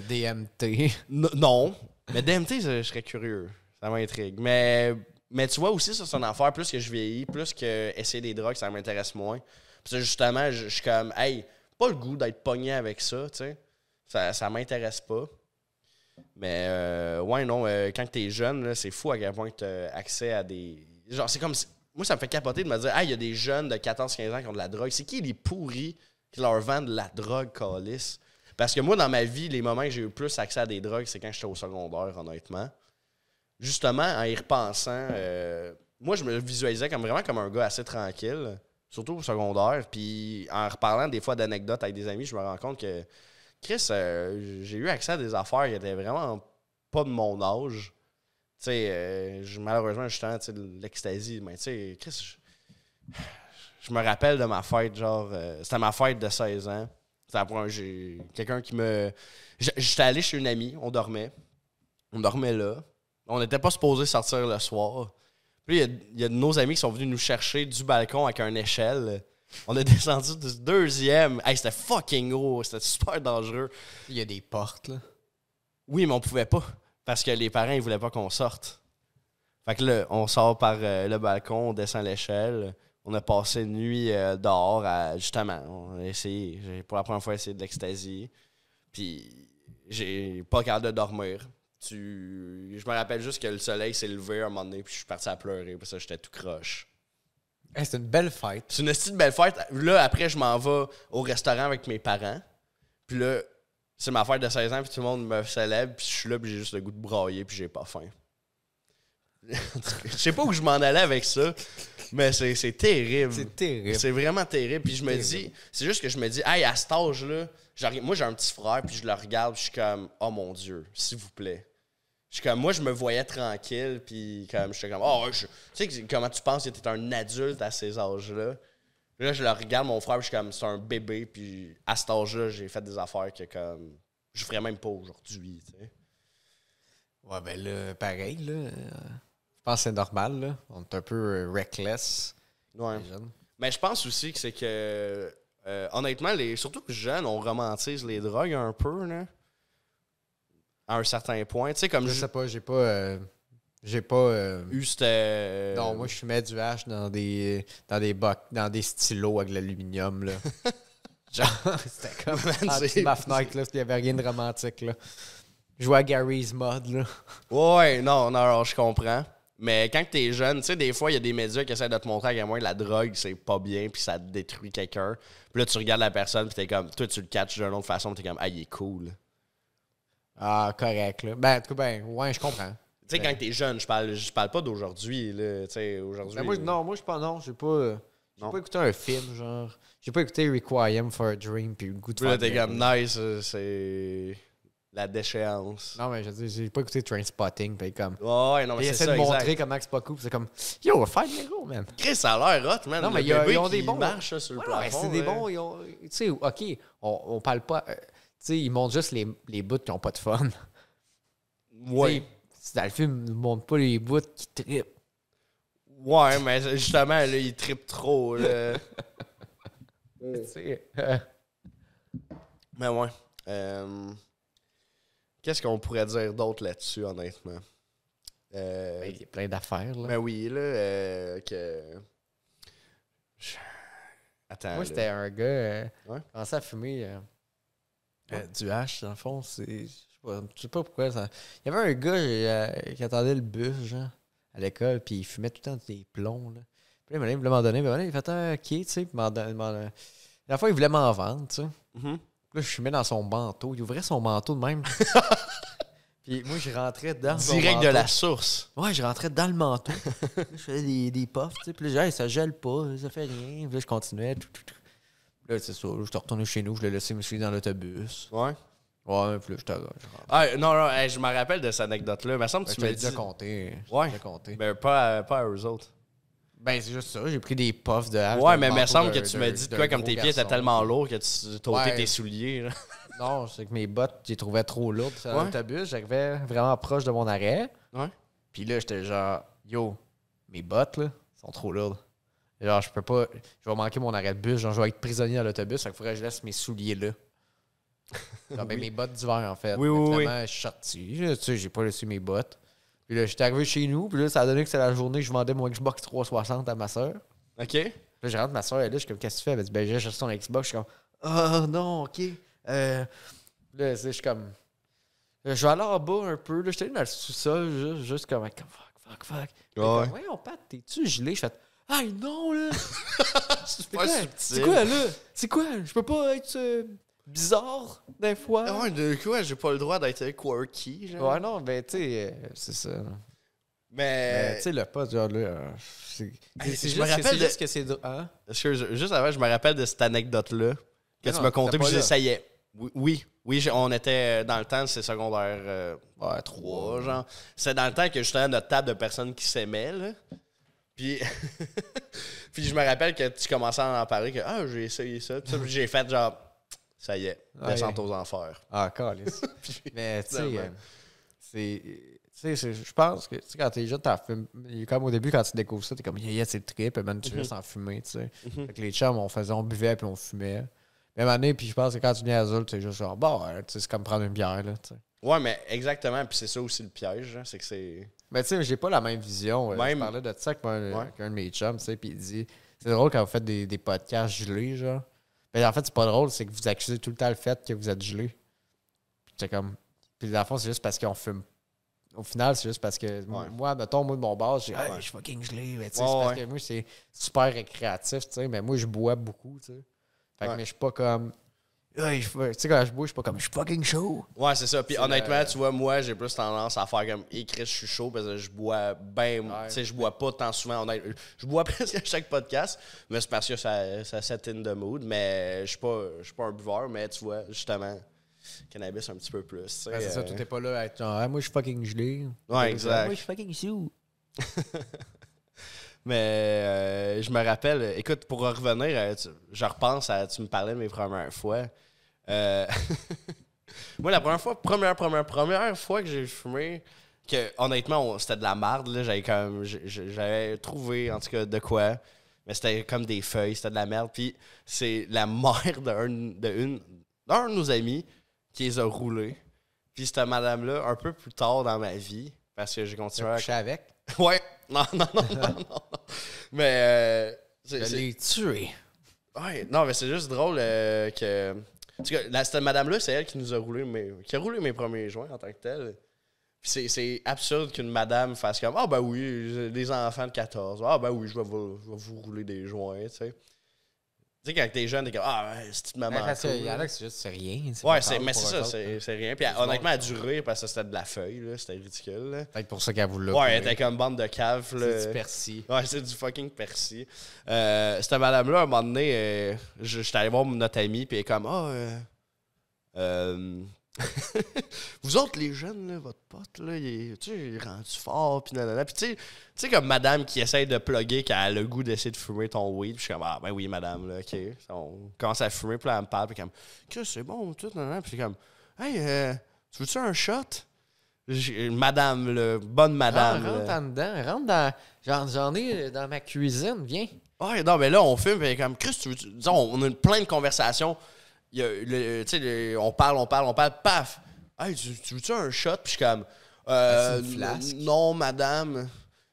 A: euh, DMT.
B: N- non. Mais DMT, je, je serais curieux. Ça m'intrigue. Mais, mais tu vois aussi, ça, c'est une affaire. Plus que je vieillis, plus que essayer des drogues, ça m'intéresse moins. Puis ça, justement, je je suis comme, hey, pas le goût d'être pogné avec ça, tu sais. Ça, ça m'intéresse pas. Mais euh, ouais, non, euh, quand t'es jeune, là, c'est fou à quel point t'as accès à des. Genre, c'est comme. si- Moi, ça me fait capoter de me dire, ah, il y a des jeunes de 14-15 ans qui ont de la drogue. C'est qui les pourris qui leur vendent de la drogue, calice? Parce que moi, dans ma vie, les moments que j'ai eu plus accès à des drogues, c'est quand j'étais au secondaire, honnêtement. Justement, en y repensant, euh, moi, je me visualisais comme vraiment comme un gars assez tranquille, surtout au secondaire. Puis en reparlant des fois d'anecdotes avec des amis, je me rends compte que, Chris, euh, j'ai eu accès à des affaires qui étaient vraiment pas de mon âge. Tu sais, euh, je- malheureusement, justement, tu sais, de l'ecstasy. Mais tu sais, Chris, je- je me rappelle de ma fête, genre, euh, c'était ma fête de 16 ans. C'était la première- j'ai quelqu'un qui me. j'- J'étais allé chez une amie, on dormait. On dormait là. On n'était pas supposé sortir le soir. Puis là, il y a- il y, a de nos amis qui sont venus nous chercher du balcon avec une échelle. On est descendu du deuxième. Hey, c'était fucking gros. C'était super dangereux.
A: Il y a des portes, là.
B: Oui, mais on pouvait pas. Parce que les parents, ils voulaient pas qu'on sorte. Fait que là, on sort par euh, le balcon, on descend l'échelle. On a passé une nuit euh, dehors, à- justement. On a essayé, j'ai pour la première fois essayé de l'ecstasy. Puis j'ai pas capable de dormir. Tu... Je me rappelle juste que le soleil s'est levé à un moment donné, puis je suis parti à pleurer, parce que j'étais tout croche.
A: Hey, c'est une belle fête.
B: C'est une hostie de belle fête. Là, après, je m'en vais au restaurant avec mes parents. Puis là, c'est ma fête de 16 ans, puis tout le monde me célèbre, puis je suis là, puis j'ai juste le goût de brailler, puis j'ai pas faim. En tout cas, je sais pas où je m'en allais avec ça, Mais c'est c'est terrible.
A: C'est terrible.
B: C'est vraiment terrible. Puis je me
A: Terrible.
B: dis, c'est juste que je me dis, hey, à cet âge-là, j'arrive- moi j'ai un petit frère, puis je le regarde, puis je suis comme, oh mon Dieu, s'il vous plaît. Je suis comme, moi je me voyais tranquille, puis comme, j'étais comme, oh, je- tu sais, que- comment tu penses que t'es un adulte à ces âges-là? Là, je le regarde, mon frère, puis je suis comme, c'est un bébé, puis à cet âge-là, j'ai fait des affaires que comme, je ferais même pas aujourd'hui, tu sais.
A: Ouais, ben là, pareil, là. euh, Je pense que c'est normal, là. On est un peu euh, reckless,
B: Ouais.
A: les jeunes.
B: Mais je pense aussi que c'est que. euh, honnêtement, les, surtout les jeunes, on romantise les drogues un peu, là. À un certain point. Tu sais, comme
A: Je
B: j'ai
A: sais pas, j'ai pas. euh, j'ai pas. euh,
B: eu cette. euh,
A: non, moi, je fumais du hash dans des, dans des bocs, dans des stylos avec de l'aluminium, là. Genre, c'était comme.
B: Man,
A: en
B: c'est-
A: dessous de Ah, ma fenêtre, là, il n'y avait rien de romantique, là. Je jouais à Gary's Mod, là.
B: Ouais, ouais, non, non, non, je comprends. Mais quand t'es jeune, tu sais, des fois, il y a des médias qui essaient de te montrer à quel point la drogue, c'est pas bien, puis ça détruit quelqu'un. Puis là, tu regardes la personne, puis t'es comme. Toi, tu le catches d'une autre façon, puis t'es comme, ah, il est cool.
A: Ah, correct, là. Ben, en tout cas, ben, ouais, je comprends.
B: Tu
A: Ben.
B: sais, quand t'es jeune, je parle, je parle pas d'aujourd'hui, là. Tu sais, aujourd'hui.
A: Ben, moi, non, moi, je pas, non, j'ai pas. euh, J'ai
B: Non.
A: pas écouté un film, genre. J'ai pas écouté Requiem for a Dream puis Good
B: Puis là, t'es comme nice, euh, c'est la déchéance.
A: Non, mais je veux dire, j'ai pas écouté Trainspotting, puis comme.
B: Ouais, ouais, non, mais
A: Puis ils
B: c'est
A: essaient
B: ça,
A: de montrer
B: exact.
A: comment c'est pas cool, puis c'est comme, yo, faire des gros, man.
B: Chris, ça a l'air hot, man.
A: Non,
B: Le
A: mais il y a-
B: bébé
A: ils ont
B: qui
A: des bons-
B: marche là, sur le
A: Ouais,
B: plafond.
A: ouais, c'est des
B: là.
A: bons, ils ont. Tu sais, OK, on, on parle pas. euh, tu sais, ils montrent juste les, les bouts qui ont pas de fun.
B: Ouais.
A: Tu sais, Dans le film, ils montrent pas les bouts qui trippent.
B: Ouais, mais justement, là, il trippe trop, là.
A: Tu sais, euh,
B: mais ouais. Euh, Qu'est-ce qu'on pourrait dire d'autre là-dessus, honnêtement? Euh,
A: il y a plein d'affaires, là.
B: ben oui, là, euh, que... Je- Attends,
A: Moi,
B: là.
A: c'était un gars euh,
B: Ouais.
A: qui commençait à fumer euh, euh, du hash, dans le fond. c'est- Je sais pas- je sais pas pourquoi. Ça... Il y avait un gars euh, qui attendait le bus, genre, à l'école, puis il fumait tout le temps des plombs, là. Puis là, il m'a dit, il voulait m'en donner, mais voilà, il fait Ah, OK, tu sais, puis m'en don- m'en- euh, La fois, il voulait m'en vendre, tu sais.
B: Mhm.
A: Puis Là, je fumais dans son manteau. Il ouvrait son manteau de même. puis moi, je rentrais dedans.
B: Direct de la source.
A: Ouais, je rentrais dans le manteau. Là, je faisais des, des puffs, tu sais. Puis là, j'ai dit, Hey, ça gèle pas, ça fait rien. Puis là, je continuais. tout, tout, tout. Puis Là, c'est ça. là, Je suis retourné chez nous, je l'ai laissé me suivre dans l'autobus.
B: Ouais.
A: Ouais, puis là, je te je rentre.
B: Ah, non, non, hey, je me rappelle de cette anecdote-là. Il me semble que
A: Je
B: tu
A: te
B: me
A: l'ai
B: dis...
A: déjà compté. je te l'ai
B: Ouais.
A: déjà compté.
B: Ben, pas à, pas à eux autres.
A: Ben, c'est juste ça. J'ai pris des puffs de hache.
B: ouais,
A: dans
B: mais
A: le
B: il me
A: manteau
B: semble que
A: d'un-
B: tu
A: d'un-
B: me dis de
A: d'un
B: quoi, comme
A: gros
B: tes pieds étaient
A: garçon.
B: t'ellement lourds que tu t'ôtais
A: Ouais.
B: tes souliers. là.
A: Non, c'est que mes bottes, j'ai trouvé trop lourdes. Puis dans
B: Ouais.
A: l'autobus, j'arrivais vraiment proche de mon arrêt.
B: Ouais.
A: Puis là, j'étais genre, yo, mes bottes, là, sont trop lourdes. Genre, je peux pas, je vais manquer mon arrêt de bus. Genre, je vais être prisonnier à l'autobus. Fait qu'il faudrait que je laisse mes souliers là. Genre, ben, mes bottes d'hiver, en fait. Mais
B: Oui, oui,
A: finalement, je suis sorti. là, Tu sais, j'ai pas laissé mes bottes. Puis là, j'étais arrivé chez nous. Puis là, ça a donné que c'est la journée que je vendais mon Xbox 360 à ma soeur.
B: OK?
A: Puis là, je rentre, ma soeur est là, je suis comme, qu'est-ce que tu fais? Elle me dit, ben, j'ai acheté ton Xbox. Je suis comme, oh non, ok. Euh, là, c'est- je suis comme, euh, je vais aller en bas un peu. Là, j'étais allé dans le sous-sol, juste, juste comme, comme, fuck, fuck, fuck. Puis
B: Ouais.
A: comme, voyons, Pat, t'es-tu gelé? Je fais, ah non, là.
B: C'est
A: quoi? C'est quoi, là? C'est quoi? Je peux pas être euh, bizarre des fois.
B: Ah Ouais, de quoi? J'ai pas le droit d'être quirky. Genre.
A: Ouais, non, ben, tu sais, euh, c'est ça. là. Mais,
B: Mais,
A: tu sais, le pote, genre, là, euh, c'est c'est-
B: je
A: c'est
B: me
A: juste,
B: rappelle
A: c'est
B: de-
A: juste que c'est. dr- Hein?
B: excuse, juste avant, je me rappelle de cette anecdote-là que
A: Mais
B: tu
A: non,
B: m'as contée,
A: t'étais
B: puis
A: pas là.
B: j'essayais. Oui, oui, oui, j'ai- on était euh, dans le temps, c'est secondaire euh,
A: Ouais,
B: 3, genre. C'est dans le temps que justement notre table de personnes qui s'aimaient, là. Puis, puis je me rappelle que tu commençais à en parler, que ah, j'ai essayé ça. Puis ça, puis j'ai fait genre, ça y est,
A: Ouais.
B: descente aux enfers.
A: Ah, calice. Mais tu sais,
B: Finalement.
A: euh, c'est. Tu sais, c'est- je pense que tu sais, quand t'es jeune, t'en fumes. Comme au début, quand tu découvres ça, t'es comme, yeah, yeah, c'est le trip, et même tu veux s'en fumer, tu sais. Fait que les chums, on faisait, on buvait, puis on fumait. Même année, puis je pense que quand tu viens adulte, c'est juste genre, bon, hein, tu sais, c'est comme prendre une bière, là, tu sais.
B: Ouais, mais exactement. Puis c'est ça aussi le piège, hein, c'est que c'est.
A: Mais tu sais, j'ai pas la même vision. euh,
B: Même-
A: Je parlais de ça avec un,
B: Ouais.
A: avec un de mes chums, tu sais, puis il dit, c'est drôle quand vous faites des, des podcasts gelés, genre. Mais en fait, c'est pas drôle, c'est que vous accusez tout le temps le fait que vous êtes gelé. Puis c'est comme. Puis dans le fond, c'est juste parce qu'on fume. Au final, c'est juste parce que m-
B: Ouais.
A: moi, mettons, moi de mon bar, j'ai,
B: Ouais.
A: Hey, je suis fucking gelé. Mais tu sais,
B: Ouais,
A: c'est parce
B: ouais.
A: que moi, c'est super récréatif, tu sais, mais moi, je bois beaucoup, tu sais. Fait que
B: Ouais.
A: mais je suis pas comme. Ah, il faut- Tu sais, quand je bois, je suis pas comme je suis fucking chaud.
B: Ouais, c'est ça. Puis
C: C'est
B: honnêtement,
C: la-
B: tu vois, moi, j'ai plus tendance à faire comme écrire, je suis chaud parce que je bois ben,
C: Ouais.
B: tu sais, je bois pas tant souvent. honnête- Je bois presque à chaque podcast, mais c'est parce que ça, ça set in the mood. Mais je suis pas, je suis pas un buveur, mais tu vois, justement, cannabis un petit peu plus. tu sais,
A: Ouais, Ben, c'est ça,
B: euh,
A: tout est pas là à être genre, Ah, moi, je suis fucking gelé.
B: Ouais, exact.
A: Moi, je suis fucking chaud.
B: Mais euh, je me rappelle, euh, écoute, pour en revenir, euh, tu- je repense à. Tu me parlais de mes premières fois. Euh, Moi, la première fois, première, première, première fois que j'ai fumé, que honnêtement, on- c'était de la marde, là, j'avais comme. j'- j'- J'avais trouvé, en tout cas, de quoi. Mais c'était comme des feuilles, c'était de la merde. Puis c'est la mère d'un de, une- d'un de nos amis qui les a roulés. Puis cette madame-là, un peu plus tard dans ma vie, parce que j'ai
A: Tu
B: continué
A: vas
B: à
A: coucher avec.
B: Ouais. Non, non, non, non, non. non. Mais. euh, c'est-
A: Je
B: c'est-
A: l'ai tué.
B: ouais, non, mais c'est juste drôle euh, que. En tout cas, la- cette madame-là, c'est elle qui nous a roulé mes, qui a roulé mes premiers joints en tant que tel. Puis c'est- c'est absurde qu'une madame fasse comme Ah, ben oui, j'ai des enfants de 14. Ah, ben oui, je vais vous, je vais vous rouler des joints, tu sais. Tu sais, quand t'es jeune, t'es comme Ah, ouais, c'est une maman. cool.
A: Il y en a qui c'est juste c'est rien. c'est
B: Ouais,
A: pas
B: c'est-
A: grave
B: mais
A: pour
B: c'est
A: eux
B: ça,
A: autres.
B: c'est c'est rien. Puis honnêtement, elle a dû rire parce que c'était de la feuille, là. C'était ridicule, là.
A: Peut-être pour ça qu'elle vous l'a.
B: Ouais, elle était comme bande de cave, là.
C: C'est du persil.
B: Ouais, c'est du fucking persil. Euh, cette madame-là, à un moment donné, euh, je- j'étais allé voir notre amie, puis elle est comme, ah, euh, euh, vous autres, les jeunes, là, votre pote, là, il est, tu sais, il est rendu fort, puis nanana. Puis tu sais- tu sais, comme madame qui essaye de plugger, qu'elle a le goût d'essayer de fumer ton weed, puis je suis comme, ah, ben oui, madame, là, OK. On commence à fumer, puis là, elle me parle, puis comme, Chris, c'est bon, tout, nanana. Puis je suis comme, hey, euh, tu veux-tu un shot? J'ai- Madame, là, bonne madame.
A: Ah, Rentre,
B: là.
A: rentre en dedans, rentre dans. J'en, j'en ai euh, dans ma cuisine, viens.
B: Ouais, Ah, non, mais là, on filme, puis comme, Chris, tu veux. tu- Disons, on a une- plein de conversations. Il y a le- tu sais, le- on parle, on parle, on parle, paf! Hey, tu, tu veux-tu un shot? Puis je suis comme. euh,
A: Ah, c'est une flasque.
B: non, madame.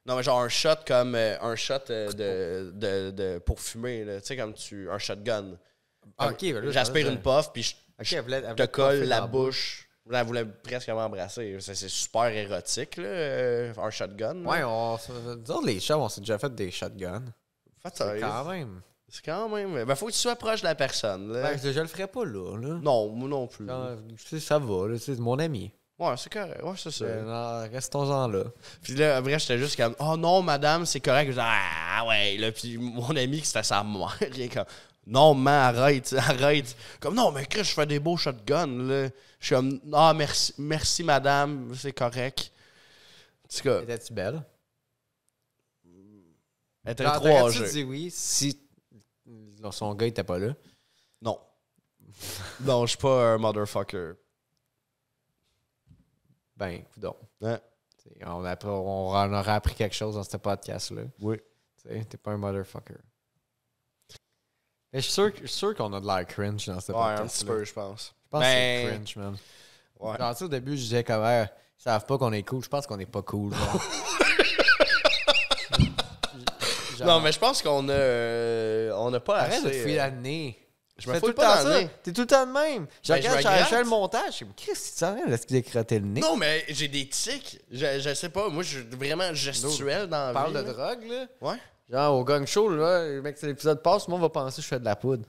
B: Non, mais genre un shot comme. euh, un shot euh, de, de, de- pour fumer, là. Tu sais, comme tu. Un shotgun.
A: Ah, ok, ben là,
B: J'aspire
A: je-
B: une puff, puis je,
A: Ok,
B: je
A: elle voulait- elle
B: te
A: voulait te
B: colle
A: puffer
B: la
A: dans la
B: bouche. Là, elle voulait presque m'embrasser. C'est c'est super érotique, là, euh, un shotgun. là.
A: Ouais, on. Nous autres, les chats, on s'est déjà fait des shotguns.
B: Fait ça,
A: C'est quand même.
B: C'est quand même. Ben, faut que tu sois proche de la personne, là.
A: Ben, je, je le ferais pas là. là.
B: Non, moi non plus.
A: Genre, tu sais, ça va, là, c'est mon ami.
B: Ouais, c'est correct. Ouais, c'est ça.
A: Euh, non, restons-en là.
B: Puis là, après, j'étais juste comme, oh non, madame, c'est correct. Je dis, ah ouais, là. Puis mon ami qui c'était sa mère, il est comme, non, mais arrête, arrête. Comme, non, mais Chris, je fais des beaux shotguns, là. Je suis comme, ah, merci, merci, madame, c'est correct. En tout cas,
A: Étais-tu belle?
B: elle était
A: Genre,
B: trop
A: t'aurais-tu
B: âgée.
A: dit oui si son gars était pas là?
B: Non. non, je suis pas un motherfucker.
A: Ben, donc.
B: Hein?
A: On, a, appris- on en aura appris quelque chose dans ce podcast-là.
B: Oui.
A: Tu sais, T'es pas un motherfucker. Mais je suis sûr, que- je suis sûr qu'on a de l'air cringe dans ce
B: Ouais, un petit
A: podcast.
B: peu, je pense.
A: Je pense que c'est
B: Ben,
A: cringe, man.
B: Ouais.
A: Genre, tu sais, au début, je disais comme, Hey, ils savent pas qu'on est cool. Je pense qu'on est pas cool. genre. Genre,
B: Non, mais je pense qu'on a. euh, on n'a pas
A: Arrête de te
B: assez,
A: fouiller
B: euh,
A: la nez.
B: Je me
A: Fais tout
B: fouille
A: le
B: pas
A: temps
B: dans le
A: ça.
B: nez.
A: T'es tout le temps de même. Je
B: Ben, je
A: regarde,
B: me
A: je fais- je fais
B: gratte.
A: le montage. Je me dis, qu'est-ce qui s'en vient? Est-ce qu'il a crotté le nez?
B: Non, mais j'ai des tics. Je, je sais pas. Moi, je suis vraiment gestuel dans la
A: On parle de
B: vie, là.
A: drogue, là.
B: Ouais.
A: Genre, au gang show, là, le mec, c'est l'épisode passe, moi, on va penser que je fais de la poudre.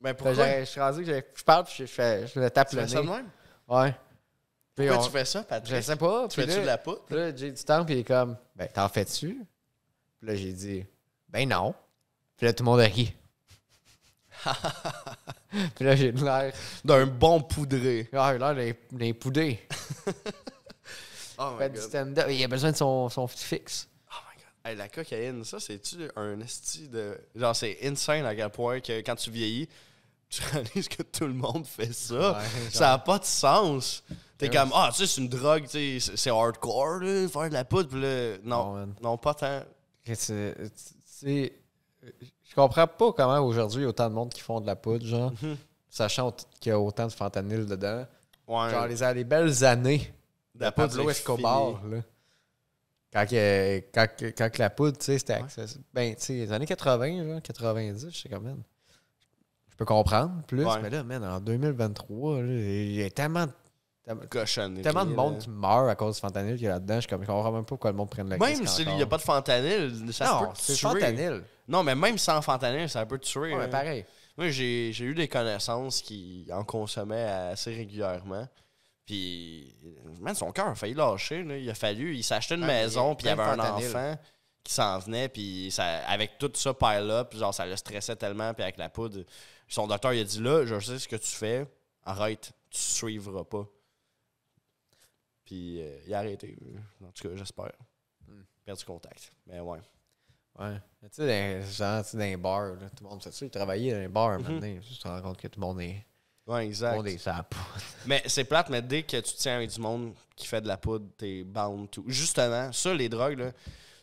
B: Mais
A: Fait que
B: Ben, pourquoi
A: j'ai- je suis rendu que j'ai- je parle, puis je, je, fais- je me tape
B: tu
A: le
B: fais
A: nez.
B: ça de même?
A: Ouais. Puis
B: Pourquoi
A: on-
B: tu fais ça,
A: Je
B: Patrick?
A: sais pas.
B: Tu
A: puis
B: fais-tu
A: là-
B: de la poudre?
A: Puis là, j'ai du temps, puis il est comme, ben, t'en fais-tu? Puis là, j'ai dit, ben non. Puis là, tout le monde a ri. puis là, j'ai de l'air.
B: D'un bon poudré.
A: Ah, là, les, les poudés.
B: Oh my
A: Fait du
B: god.
A: stand-up. Il a besoin de son, son petit fixe.
B: Oh my god. Hey, la cocaïne, ça, c'est-tu un esti de. Genre, c'est insane à quel point que quand tu vieillis, tu réalises que tout le monde fait ça.
A: Ouais,
B: ça n'a pas de sens. T'es comme, ah, tu sais, c'est une drogue, tu sais, c'est- c'est hardcore, là, faire de la poudre, puis là,
A: Non,
B: non,
A: man.
B: non, pas tant.
A: Que c'est- tu- tu sais, Je comprends pas comment aujourd'hui, il y a autant de monde qui font de la poudre, genre,
B: Mhm.
A: sachant t- qu'il y a autant de fentanyl dedans.
B: Ouais,
A: Genre, les, les belles années de
B: la
A: la
B: poudre,
A: poudre
B: c'est
A: Escobar, là. Quand, que- quand, que- quand que la poudre, tu sais, c'était accessible. Ben, tu sais, les années 80, genre, 90, je sais quand même. Je peux comprendre plus,
B: Ouais.
A: mais là, man, en 2023, là, il y a tellement de- tellement-
B: cochonnerie,
A: tellement de monde
B: là.
A: qui meurt à cause du fentanyl qu'il y a là-dedans. Je suis comme, je comprends même pas pourquoi le monde prenne la
B: Même s'il n'y a pas de fentanyl, ça
A: Non,
B: peut te
A: c'est
B: tuer.
A: fentanyl.
B: Non, mais même sans fentanyl, ça peut te tuer.
A: Ouais,
B: hein.
A: mais pareil.
B: Même Moi, j'ai j'ai eu des connaissances qui en consommaient assez régulièrement. Puis, man, son cœur a failli lâcher. là. Il a fallu, il s'achetait une
C: Ah,
B: maison, puis il y
C: plein
B: avait un
C: de fentanyl.
B: enfant qui s'en venait, puis ça, avec tout ça pile-up, genre, ça le stressait tellement, puis avec la poudre. Son docteur, il a dit là, je sais ce que tu fais, arrête, tu suivras pas. Puis, euh, il a arrêté. En tout cas, j'espère. Perdu contact. Mais ouais.
A: Ouais. Mais Tu sais, dans- genre, tu sais, dans les bars, là, tout le monde, c'est sûr, il travaillait dans les bars
B: Mhm.
A: maintenant. Tu te rends compte que tout le monde est.
B: Ouais,
A: Tout le
B: exact.
A: monde est sur la poudre.
B: Mais c'est plate, mais dès que tu te tiens avec du monde qui fait de la poudre, t'es bound to. Justement, ça, les drogues, là.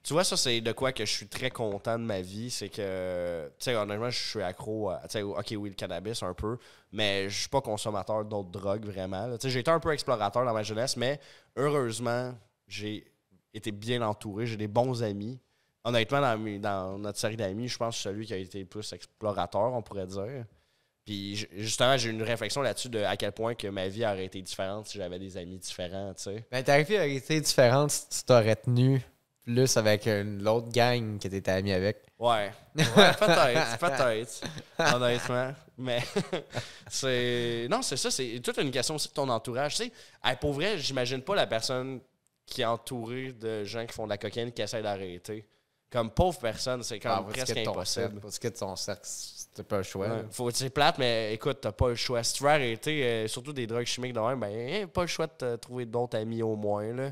B: Tu vois, ça, c'est de quoi que je suis très content de ma vie. C'est que, tu sais, honnêtement, je suis accro à. Tu sais, ok, oui, le cannabis un peu, mais je suis pas consommateur d'autres drogues vraiment. là. Tu sais, j'ai été un peu explorateur dans ma jeunesse, mais heureusement, j'ai été bien entouré. J'ai des bons amis. Honnêtement, dans, mes- dans notre série d'amis, je pense que je suis celui qui a été le plus explorateur, on pourrait dire. Puis ju- justement, j'ai eu une réflexion là-dessus de à quel point que ma vie aurait été différente si j'avais des amis différents, tu sais.
A: Ben, ta vie aurait été différente si tu t'aurais tenu plus avec euh, l'autre gang que t'étais ami avec.
B: Ouais. Ouais, peut-être, peut-être. Honnêtement. Mais c'est. Non, c'est ça, c'est toute une question aussi de ton entourage. Tu sais, hey, pour vrai, j'imagine pas la personne qui est entourée de gens qui font de la cocaïne qui essaie d'arrêter. Comme pauvre personne, c'est comme
A: Ah, parce
B: presque
A: que de ton
B: impossible.
A: cercle- Parce que de ton cercle, c'était pas le choix.
B: Ouais.
A: là.
B: Faut c'est plate, mais écoute, t'as pas le choix. Si tu veux arrêter, euh, surtout des drogues chimiques de même, ben hein, pas le choix de te trouver d'autres amis au moins. Là.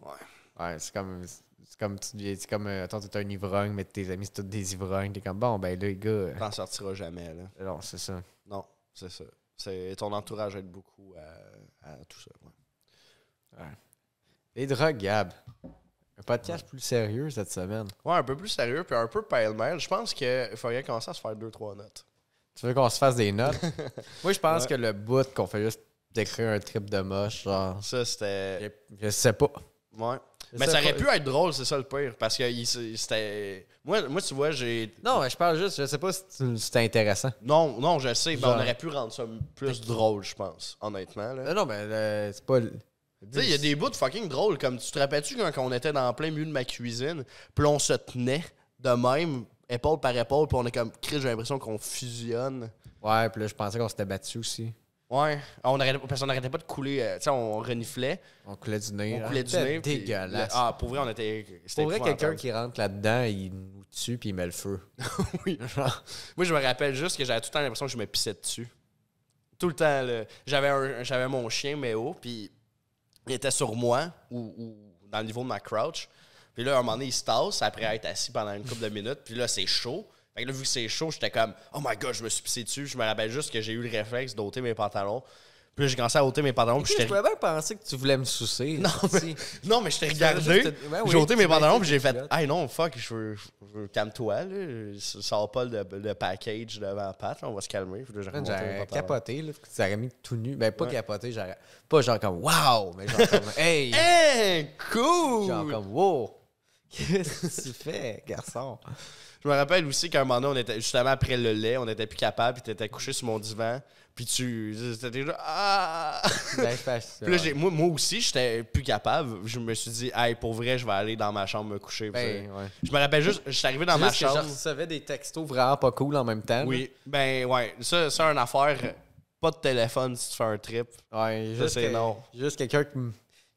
A: Ouais, c'est comme. C'est comme tu deviens. C'est comme. euh, Attends, t'es un ivrogne, mais tes amis, c'est tous des ivrognes. T'es comme, bon, ben là, les gars. euh,
B: T'en sortiras jamais. Là.
A: Non, c'est ça.
B: Non, c'est ça. C'est ton entourage aide beaucoup à, à tout ça. ouais.
A: Les drogues, Gab. Un podcast plus sérieux cette semaine.
B: Ouais, un peu plus sérieux, puis un peu pêle-mêle. Je pense qu'il faudrait commencer à se faire deux, trois notes.
A: Tu veux qu'on se fasse des notes? Moi, je pense que le bout qu'on fait juste décrire un trip de moche, genre.
B: Ça, c'était.
A: Je je sais pas.
B: Ouais. Mais ça aurait pu être drôle, c'est ça le pire. Parce que il- c'était. Moi, moi, tu vois, j'ai.
A: Non, mais je parle juste, je sais pas si tu- si c'était intéressant.
B: Non, non, je sais, mais on
A: Genre.
B: aurait pu rendre ça plus drôle, je pense, honnêtement. là.
A: Non, non, mais euh, c'est pas. le-
B: Tu sais, il y a des bouts de fucking drôles. Comme tu te rappelles-tu quand on était dans plein milieu de ma cuisine, puis on se tenait de même, épaule par épaule, puis on est comme, Chris, j'ai l'impression qu'on fusionne.
A: Ouais, puis là, je pensais qu'on s'était battu aussi.
B: Ouais, on arrêtait, parce qu'on n'arrêtait pas de couler. euh, Tu sais, on reniflait,
A: On coulait du nez.
B: on
A: là.
B: coulait du
A: C'était
B: nez. puis-
A: dégueulasse.
B: ah, pour vrai, on était. c'était
A: Pour vrai, quelqu'un
B: épouvantable.
A: qui rentre là-dedans, il nous tue puis il met le feu.
B: Oui. Moi, je me rappelle juste que j'avais tout le temps l'impression que je me pissais dessus. Tout le temps, là. J'avais, un- j'avais mon chien, Méo, puis il était sur moi ou, ou dans le niveau de ma crouch. Puis là, à un moment donné, il se tasse après être assis pendant une couple de minutes. Puis là, c'est chaud. Fait que là, vu que c'est chaud, j'étais comme « Oh my God, je me suis pissé dessus. » Je me rappelle juste que j'ai eu le réflexe d'ôter mes pantalons. Puis là, j'ai commencé à ôter mes pantalons, puis
A: Je
B: j'étais
A: pouvais bien penser que tu voulais me soucer.
B: non, mais, non, mais je t'ai regardé.
A: faisais juste te- Ben oui,
B: j'ai ôté
A: tu
B: mes
A: mettais
B: pantalons
A: tes
B: puis j'ai fait
A: culottes.
B: Hey non, fuck, je veux, je veux- calme-toi. là. Sors pas le, le package devant Pat, là, on va se calmer. Puis là, j'ai remonté mes
A: J'aurais
B: pantalons.
A: capoté, là. parce que Tu aurais mis tout nu. Ben, pas capoté, j'aurais. Pas genre comme waouh, mais genre comme hey.
B: Hey, cool!
A: Genre comme wow. Qu'est-ce que tu fais, garçon?
B: Je me rappelle aussi qu'à un moment donné, on était justement après le lait, on était plus capable, puis t'étais couché sur mon divan, puis tu. T'étais genre. Ah!
A: Ben, je fais ça.
B: Puis là, j'ai- moi, moi aussi, j'étais plus capable. Je me suis dit, hey, pour vrai, je vais aller dans ma chambre me coucher.
A: Ben,
B: Puis,
A: ouais.
B: Je me rappelle juste, je suis arrivé dans
A: Juste
B: ma
A: que je
B: chambre.
A: recevais des textos vraiment pas cool en même temps.
B: Oui, ben ouais, ça, ça une affaire. Pas de téléphone si tu fais un trip.
A: là. Ouais, juste,
B: c'est
A: que-
B: non.
A: juste quelqu'un qui, m-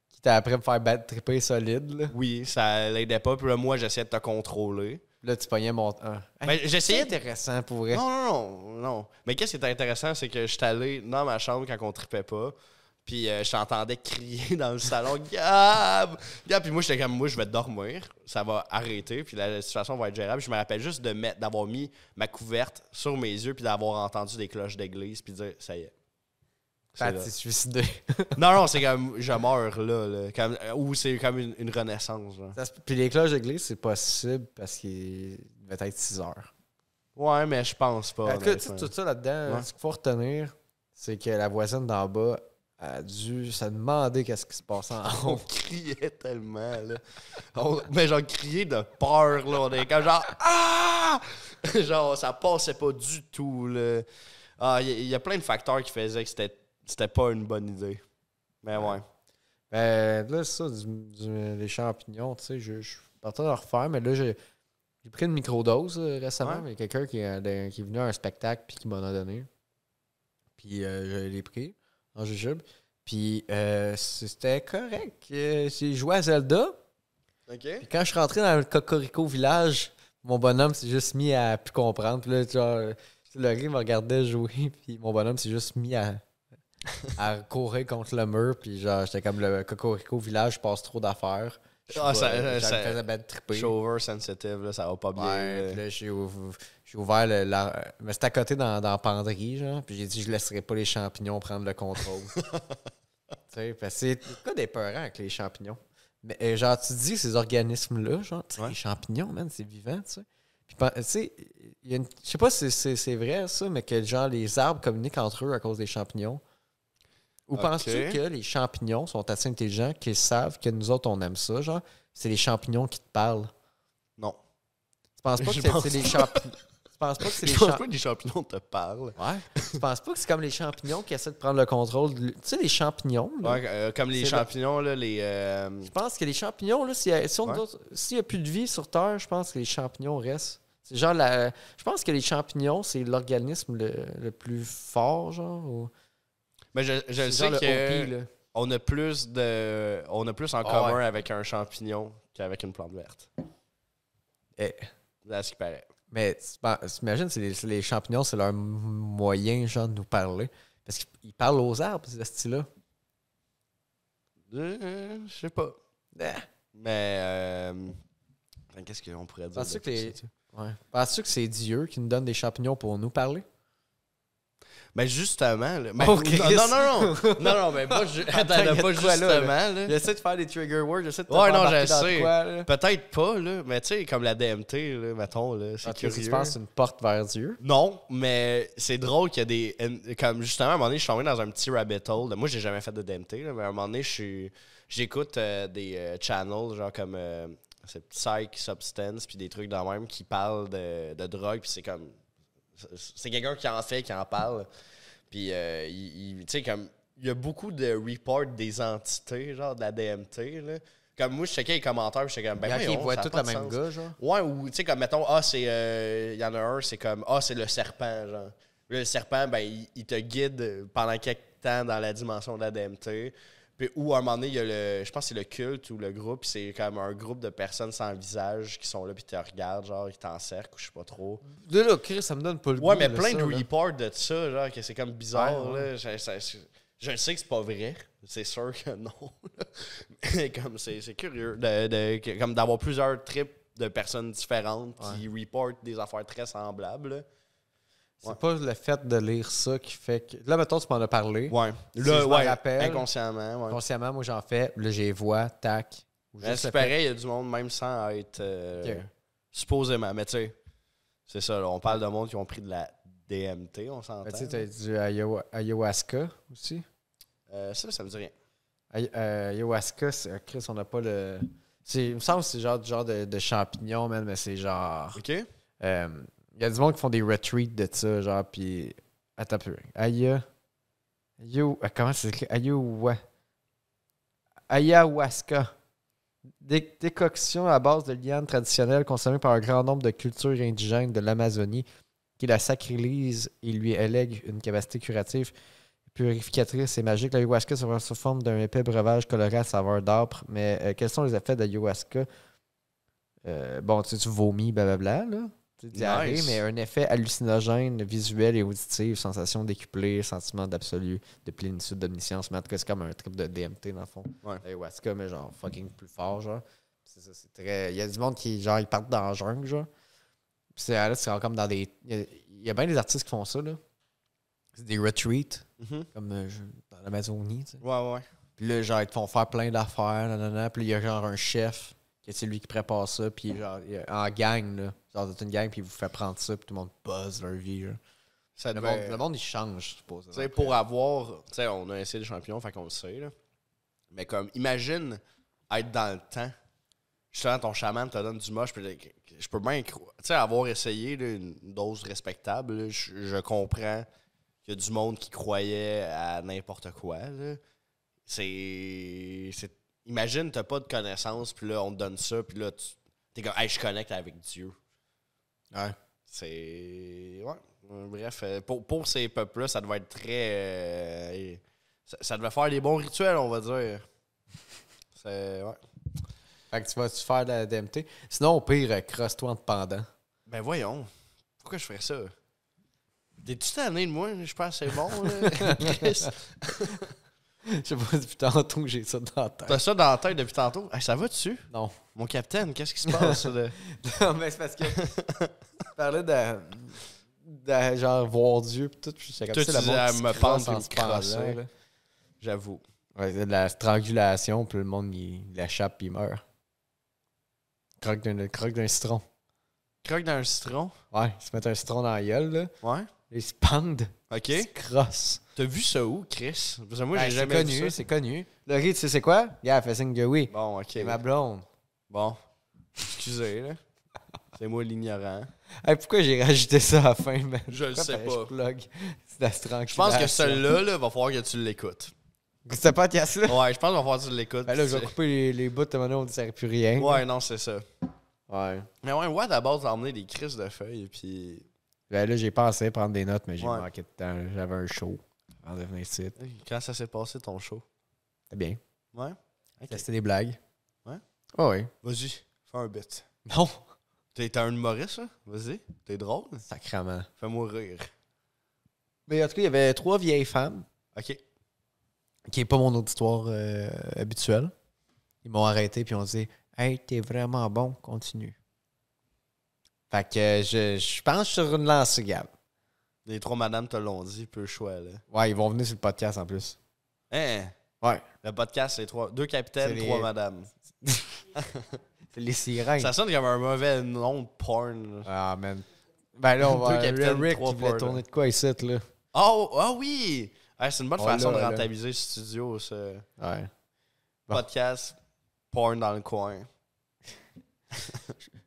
A: qui t'a appris à me faire battre triper solide, là.
B: Oui, ça l'aidait pas. Puis là, moi, j'essayais de te contrôler.
A: Là, tu pognais mon. Ah.
B: Ben,
A: c'est
B: j'essayais de.
A: intéressant pour vrai.
B: Non, non, non, non. Mais qu'est-ce qui était intéressant, c'est que j'étais allé dans ma chambre quand on tripait pas. Puis euh, je t'entendais crier dans le salon, Gab! Gab! Puis moi, j'étais comme, moi, je vais dormir. Ça va arrêter. Puis la situation va être gérable. Je me rappelle juste de mettre, d'avoir mis ma couverte sur mes yeux. Puis d'avoir entendu des cloches d'église. Puis dire, ça y est. C'est
A: Pat
B: là.
A: s'est suicidé.
B: Non, non, c'est comme je meurs là. là. Comme- euh, ou c'est comme une, une renaissance. genre.
A: Ça se- Puis les cloches d'église, c'est possible parce qu'il devait être 6 heures.
B: Ouais, mais je pense pas.
A: Parce que, tu sais,
B: honnêtement.
A: tout ça là-dedans,
B: ben, Ouais.
A: ce qu'il faut retenir, c'est que la voisine d'en bas a dû se demander qu'est-ce qui se passe en
B: On
A: haut.
B: criait tellement. Là. On- mais genre, criait de peur. Là. On est comme genre Ah Genre, ça passait pas du tout. là. Ah, Il y, il y a plein de facteurs qui faisaient que c'était, c'était pas une bonne idée. Mais ouais.
A: Ben, là, c'est ça, du, du- des champignons, tu sais, je, je partais de refaire, mais là, j'ai- J'ai pris une microdose euh, récemment.
B: Ouais.
A: Il y a quelqu'un qui, euh, d'un- qui est venu à un spectacle puis qui m'en a donné. Puis euh, je l'ai pris en jujube. Puis euh, c'était correct. Euh, J'ai joué à Zelda.
B: OK.
A: Puis quand je suis rentré dans le Cocorico Village, mon bonhomme s'est juste mis à plus comprendre. Puis là, genre, tu sais, le gars il me regardait jouer. Puis mon bonhomme s'est juste mis à, à courir contre le mur. Puis genre, j'étais comme le Cocorico Village, je passe trop d'affaires. Je
B: Ah,
A: suis
B: ça-
A: pas-
B: ça-
A: ça me
B: ça-
A: faisait bien triper.
B: Je suis oversensitive, là, ça va pas bien.
A: Ouais, puis là, j'ai ouv- j'ai ouvert le. la- mais c'était à côté dans, dans Penderie, genre. Puis j'ai dit, je laisserai pas les champignons prendre le contrôle. tu sais, parce que c'est quoi d'épeurant avec les champignons? Mais euh, genre, tu te dis, ces organismes-là, genre, tu sais,
B: Ouais.
A: les champignons, man, c'est vivant, tu sais. Puis, pen- tu sais, il y a une- je sais pas si c'est- c'est vrai, ça, mais que genre, les arbres communiquent entre eux à cause des champignons. Ou
B: Ok.
A: penses-tu que les champignons sont assez intelligents qu'ils savent que nous autres, on aime ça, genre? C'est les champignons qui te parlent.
B: Non.
A: Tu penses pas que
B: Je
A: c'est
B: pense
A: c'est les champignons. Tu penses pas que c'est les
B: Je pense
A: champignons.
B: pas que les champignons te parlent.
A: Ouais. Tu penses pas que c'est comme les champignons qui essaient de prendre le contrôle. de l'hu- Tu sais, les champignons. là.
B: Ouais, euh, comme les
A: C'est
B: champignons, là, les. euh,
A: Je pense que les champignons, là, s'il y a- si on-
B: Ouais.
A: s'il n'y a plus de vie sur Terre, je pense que les champignons restent. C'est genre la. Je pense que les champignons, c'est l'organisme le, le plus fort, genre. ou-
B: Mais je, je
A: c'est
B: le
A: genre
B: sais
A: le
B: que
A: OP, là.
B: on a plus de, on a plus en
A: Ah
B: commun avec un champignon qu'avec une plante verte.
A: Eh.
B: Là, ce qui paraît.
A: Mais tu penses- t'imagines, c'est les, c'est les champignons, c'est leur m- moyen, genre, de nous parler. Parce qu'ils ils parlent aux arbres, ce style-là.
B: Euh, je sais pas.
A: Ah.
B: Mais euh, attends, qu'est-ce qu'on pourrait dire
A: Penses-tu
B: de
A: que les-
B: ça, tu sais?
A: Ouais. Penses-tu que c'est Dieu qui nous donne des champignons pour nous parler?
B: Ben justement, là, ben,
A: Oh,
B: non,
A: Christ.
B: non, non, non, non, non, mais pas, ju- attends,
A: Attends, y a
B: pas
A: de quoi,
B: justement
A: là,
B: là.
A: J'essaie de faire des trigger words, j'essaie de te
B: Ouais,
A: faire
B: non,
A: embarquer
B: je
A: dans de
B: sais.
A: quoi, là.
B: Peut-être pas là, mais tu sais comme la DMT là, mettons là, c'est
A: Ah, tu
B: curieux.
A: penses une porte vers Dieu.
B: Non, mais c'est drôle qu'il y a des. une- Comme justement, à un moment donné, je suis tombé dans un petit rabbit hole. Moi, j'ai jamais fait de DMT, là, mais à un moment donné, je suis- j'écoute euh, des euh, channels, genre comme euh, c'est Psych, Substance, puis des trucs dans même qui parlent de, de drogue, puis c'est comme. c'est- C'est quelqu'un qui en fait, qui en parle. Puis, euh, il- il- tu sais, comme. Il y a beaucoup de reports des entités, genre de la DMT, là. Comme moi, je checkais les commentaires, puis j'étais comme. Ben,
A: Bien qu'ils
B: voyons,
A: voient
B: ça a
A: tous
B: pas
A: le
B: de
A: même
B: sens.
A: gars, genre.
B: Ouais, ou tu sais, comme mettons, ah, c'est. euh, Il y en a un, c'est comme, ah, c'est le serpent, genre. Là, le serpent, ben, il, il te guide pendant quelques temps dans la dimension de la DMT. Puis, ou à un moment donné, il y a le. Je pense que c'est le culte ou le groupe, puis c'est comme un groupe de personnes sans visage qui sont là, puis te regardent, genre, ils t'encerclent, ou je sais pas trop.
A: Là, là, Chris, ça me donne pas le goût.
B: Ouais, mais
A: là,
B: plein
A: ça,
B: de
A: là.
B: reports de ça, genre, que c'est comme bizarre,
A: Ouais, ouais.
B: là. Je, ça- je- je le sais que c'est pas vrai. C'est sûr que non. mais comme c'est c'est curieux de, de- que- comme d'avoir plusieurs trips de personnes différentes qui reportent des affaires très semblables. là.
A: C'est
B: Ouais.
A: pas le fait de lire ça qui fait que. Là, mettons, tu m'en as parlé.
B: Ouais.
A: Si
B: Là,
A: je m'en
B: ouais,
A: rappelle,
B: inconsciemment. Ouais.
A: Consciemment, moi, j'en fais. Là, j'ai vois, tac. Ou
B: Mais
A: juste
B: c'est
A: le fait-
B: pareil, il y a du monde même sans être euh,
A: Ok.
B: supposément. Mais tu sais, c'est ça. là, on parle de monde qui ont pris de la DMT, on s'entend.
A: Ben, tu sais, t'as du ayahu- ayahuasca aussi.
B: Euh, ça, ça me dit rien.
A: Ay- euh, Ayahuasca, c'est- euh, Chris, on n'a pas le. c'est- Il me semble que c'est genre du genre de, de champignon, man, mais c'est genre.
B: OK?
A: Il Euh, y a du monde qui font des retreats de ça, genre, puis. Attends un peu. Aya. Ayo. ah, Comment c'est écrit Ayawa- Ayahuasca. Dé- décoction à base de lianes traditionnelles consommées par un grand nombre de cultures indigènes de l'Amazonie qui la sacralise et lui allègue une capacité curative, purificatrice et magique. L'ayahuasca se voit sous forme d'un épais breuvage coloré à saveur d'âpre. Mais euh, quels sont les effets d'ayahuasca? Euh, bon, tu, sais, tu vomis, blablabla, là. Tu sais, diarrhée,
B: Nice.
A: mais un effet hallucinogène, visuel et auditif, sensation décuplée, sentiment d'absolu, de plénitude, d'omniscience. Mais en tout cas, c'est comme un trip de DMT, dans le fond.
B: Ouais.
A: L'ayahuasca, mais genre fucking plus fort, genre. C'est ça, c'est très... Il y a du monde qui, genre, ils partent dans la jungle, genre. Puis c'est là, c'est comme dans des. Il y, a- il y a bien des artistes qui font ça, là. C'est des retreats,
B: Mhm.
A: comme euh, je- dans l'Amazonie, tu sais.
B: Ouais, ouais, ouais.
A: Puis là, genre, ils te font faire plein d'affaires, nanana. Puis là, il y a genre un chef, que c'est lui qui prépare ça, puis genre, il y a- en gang, là. Genre, c'est une gang, puis il vous fait prendre ça, puis tout le monde buzz leur vie, genre.
B: Ça
A: Le,
B: devait-
A: monde, le monde, il change, je suppose.
B: Ben, Tu sais, pour avoir. Tu sais, on a essayé le champion, fait qu'on le sait, là. Mais comme, imagine être dans le temps. Justement, ton chaman te donne du moche. puis là, Je peux bien croire. Tu sais, avoir essayé là, une dose respectable, là, je, je comprends qu'il y a du monde qui croyait à n'importe quoi. là. C'est. c'est- Imagine, t'as pas de connaissances, puis là, on te donne ça, puis là, tu. T'es comme, hey, je connecte avec Dieu. Ouais. C'est. Ouais. Euh, Bref, euh, pour, pour ces peuples-là, ça devait être très. euh, ça, ça devait faire des bons rituels, on va dire. C'est. Ouais.
A: Fait que tu vas-tu faire de la DMT? Sinon, au pire, euh, crosse-toi en te pendant.
B: Ben voyons. Pourquoi je ferais ça? T'es-tu tanné de moi? Je pense que c'est bon, là. Chris.
A: Je sais pas depuis tantôt que j'ai ça dans la tête.
B: T'as ça dans la tête depuis tantôt. Hey, ça va dessus?
A: Non.
B: Mon capitaine, qu'est-ce qui se passe? ça, là?
A: non, mais c'est parce que tu parlais de, de genre voir Dieu pis tout. Puis j'étais comme
B: Toi,
A: c'est
B: tu
A: la
B: disais,
A: monde
B: elle
A: qui
B: me
A: se crosse
B: pente
A: en
B: puis
A: se
B: me crosser,
A: pendant,
B: là.
A: là.
B: J'avoue.
A: Ouais, c'est de la strangulation puis le monde il il l'échappe puis il meurt. Croque d'un croque d'un citron.
B: Croque dans un citron.
A: Ouais, ils se mettent un citron dans la gueule là.
B: Ouais.
A: Ils se pendent.
B: OK.
A: Ils se crossent.
B: T'as vu ça où, Chris? Parce que moi,
A: Ben,
B: j'ai
A: c'est
B: jamais
A: connu,
B: vu ça.
A: c'est connu. Laurie, tu sais c'est quoi? Yeah, elle fait signe que oui.
B: Bon, OK.
A: C'est ma blonde.
B: Bon. Excusez, là. C'est moi l'ignorant.
A: Hey, pourquoi j'ai rajouté ça à la fin, man?
B: Je le
A: Pourquoi
B: sais
A: fallait
B: pas.
A: que Je, plug? C'est de la strangulation.
B: Je pense que celui-là, là, va falloir que tu l'écoutes.
A: C'était pas Tias là?
B: Ouais, je pense qu'il va falloir que tu l'écoutes.
A: Ben là, je vais couper les, les bouts de mon on ne sert plus rien.
B: Ouais, non, c'est ça.
A: Ouais.
B: Mais ouais, ouais, d'abord, t'as emmené des crises de feuilles, puis...
A: Ben là, j'ai pensé prendre des notes, mais j'ai
B: Ouais.
A: manqué de temps. J'avais un show avant de venir ici.
B: Quand ça s'est passé, ton show?
A: C'était bien.
B: Ouais? Ok.
A: C'était des blagues. Ah
B: Ouais?
A: Ouais, ouais.
B: Vas-y, fais un bit.
A: Non!
B: T'es t'es un humoriste, là? Vas-y. T'es drôle?
A: Sacrement.
B: Fais-moi rire.
A: Mais en tout cas, il y avait trois vieilles femmes,
B: OK.
A: qui n'est pas mon auditoire euh, habituel. Ils m'ont arrêté, puis ils ont dit Hey, t'es vraiment bon, continue. Fait que euh, je, je pense sur une lancée, Gab.
B: Les trois madames te l'ont dit, peu le choix, là.
A: Ouais, ils vont venir sur le podcast en plus.
B: Hein?
A: Ouais.
B: Le podcast, c'est trois... Deux capitaines,
A: C'est les-
B: trois madames.
A: C'est les sirènes.
B: Ça sonne comme un mauvais nom de porn, là.
A: Ah, man. Ben là, on va.
B: Deux capitaines,
A: le Rick
B: trois
A: qui voulait
B: forwards,
A: tourner de quoi ici, là.
B: Oh, ah oui! Ah, c'est une bonne
A: On
B: façon
A: l'a,
B: de
A: Oh là.
B: rentabiliser le studio, ça.
A: Ouais. Bon.
B: Podcast, porn dans le coin.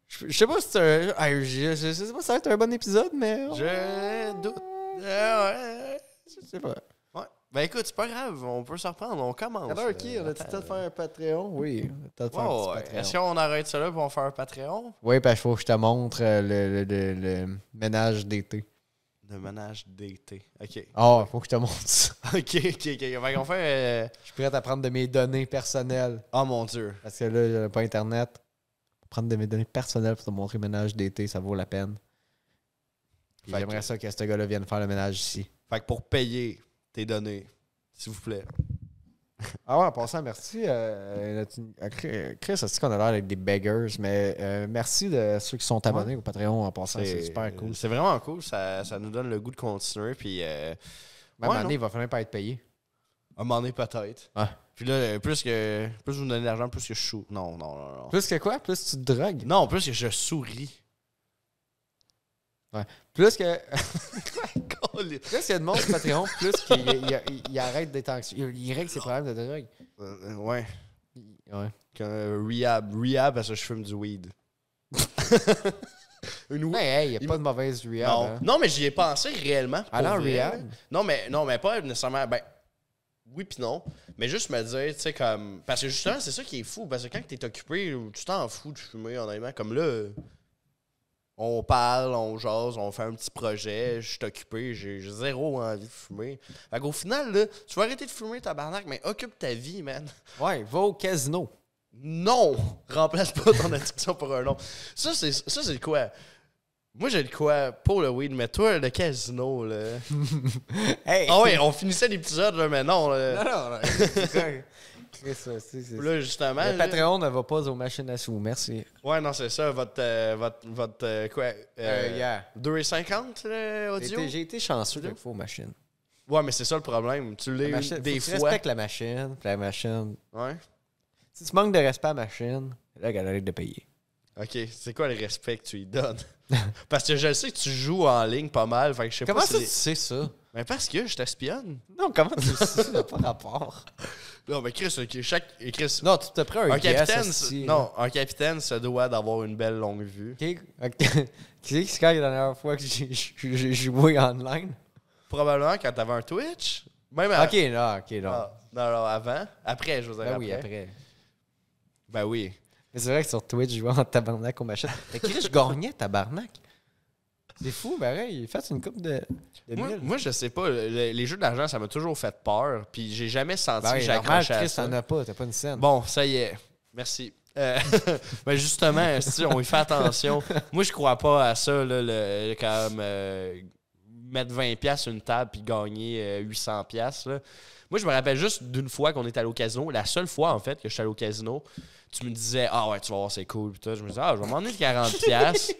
A: Je je sais pas si c'est un. ah, je, je- je sais pas si ça va être un bon épisode, mais.
B: Je doute. Ah, ouais.
A: Je sais pas.
B: Ouais. Ben écoute, c'est pas grave, on peut se reprendre, on commence.
A: Alors, qui
B: Euh,
A: On a-tu le temps de
B: attends.
A: faire un Patreon Oui. on a le temps de faire un petit
B: Ouais, ouais.
A: Patreon.
B: Est-ce qu'on arrête ça là pour en faire un Patreon?
A: Oui, parce qu'il faut que je te montre euh, le, le- le- le ménage d'été.
B: Le ménage d'été. OK.
A: Ah, faut que je te montre ça.
B: OK, OK, OK. Fait qu'on fait... euh,
A: Je suis prêt à prendre de mes données personnelles.
B: Oh mon Dieu.
A: Parce que là, j'avais pas Internet. Prendre de mes données personnelles pour te montrer le ménage d'été, ça vaut la peine. Puis
B: Fait que-
A: J'aimerais ça que ce gars-là vienne faire le ménage ici.
B: Fait que pour payer tes données, s'il vous plaît.
A: Ah ouais, en passant, merci. euh, notre- à Chris, Chris, c'est qu'on a l'air d'être des beggars, mais euh, merci de ceux qui sont abonnés au Patreon en passant. C'est super cool.
B: C'est vraiment cool, ça, ça nous donne le goût de continuer, puis... euh,
A: Même
B: ouais, non.
A: année, il va finir par être payé.
B: Un moment donné, peut-être.
A: Ouais.
B: Puis là, euh, plus que plus vous me donnez d'argent, plus que je sou... Non, non, non, non.
A: Plus que quoi? Plus tu te drogues.
B: Non, plus que je souris.
A: Plus que.
B: Colin.
A: Plus il y a de monde sur Patreon, plus qu'il il- il- il- il arrête d'être anxieux. Il, il règle ses problèmes de drogue.
B: Euh, euh, ouais.
A: Il- Ouais.
B: Que, euh, rehab. Rehab parce que je fume du weed. Une weed.
A: Mais hey, il n'y
B: Il
A: a pas de mauvaise rehab.
B: non.
A: hein.
B: non, mais j'y ai pensé réellement. pour
A: Aller en
B: vrai,
A: rehab?
B: là. Non mais, non, mais pas nécessairement. Ben, oui puis non. Mais juste me dire, tu sais, comme. Parce que justement, c'est ça qui est fou. Parce que quand t'es occupé, tu t'en fous de fumer, honnêtement. Comme là, euh, on parle, on jase, on fait un petit projet. Je suis occupé, j'ai j'ai zéro envie de fumer. Fait qu'au final, là, tu vas arrêter de fumer, tabarnak, mais occupe ta vie, man.
A: Ouais, va au casino.
B: Non! Remplace pas ton addiction pour un nom. Ça, c'est ça, c'est le quoi? Moi, j'ai le quoi pour le weed, mais toi, le casino, là.
A: Hey!
B: Ah ouais, on finissait l'épisode, là, mais non.
A: Non,
B: Là,
A: non, non. c'est quoi? Chris, c'est- c'est- c'est-
B: Là, justement.
A: Le
B: là-
A: Patreon ne va pas aux machines à sous. Merci.
B: ouais, non, c'est ça. Votre. euh, votre. votre euh, quoi? euh,
A: Euh, yeah.
B: 2,50 là,
A: J'ai
B: audio?
A: été- J'ai été chanceux deux fois aux machines.
B: Ouais, mais c'est ça le problème. Tu
A: La
B: l'es
A: machine- faut
B: des
A: que tu
B: fois.
A: respectes la machine, puis la machine.
B: Ouais.
A: Si tu manques de respect à la machine, là, elle arrête de payer.
B: Ok, c'est quoi le respect que tu lui donnes? parce que je sais que tu joues en ligne pas mal. Fait que je sais
A: Comment
B: pas
A: ça,
B: si-
A: tu sais ça?
B: Mais parce que je t'espionne.
A: Non, comment tu sais ça? Ça n'a pas rapport.
B: Non, mais Chris, ok, chaque. et Chris,
A: Non, tu te prends un,
B: un
A: guess,
B: capitaine, se-
A: hostie, là.
B: non, un capitaine se doit d'avoir une belle longue vue.
A: Ok. Ok. Qui c'est qui c'est quand la dernière fois que j'ai- j'ai j'ai joué online?
B: Probablement quand t'avais un Twitch. Même à-
A: Ok, non, ok, non.
B: Ah, non, non, avant. Après, je veux dire.
A: ben
B: après.
A: oui, après.
B: Ben oui.
A: Mais c'est vrai que sur Twitch, je jouais en tabarnak aux machines. Mais Chris, je gagnais tabarnak. C'est fou, ben pareil. Faites une coupe de, de
B: Moi,
A: mille.
B: moi, je sais pas. le- les jeux d'argent, ça m'a toujours fait peur. Puis j'ai jamais senti
A: Ben,
B: que
A: normal,
B: j'accrochais à
A: Chris,
B: ça.
A: t'en as pas, t'as pas une scène.
B: Bon, ça y est. Merci. Euh, ben justement, si on y fait attention. Moi, je crois pas à ça, là, le, comme euh, mettre 20$ piastres sur une table puis gagner euh, 800$. piastres, là. Moi, je me rappelle juste d'une fois qu'on est allé au casino. La seule fois, en fait, que je suis allé au casino, tu me disais Ah ouais, tu vas voir, c'est cool. Puis toi, je me disais Ah, je vais m'en aller de 40$. piastres.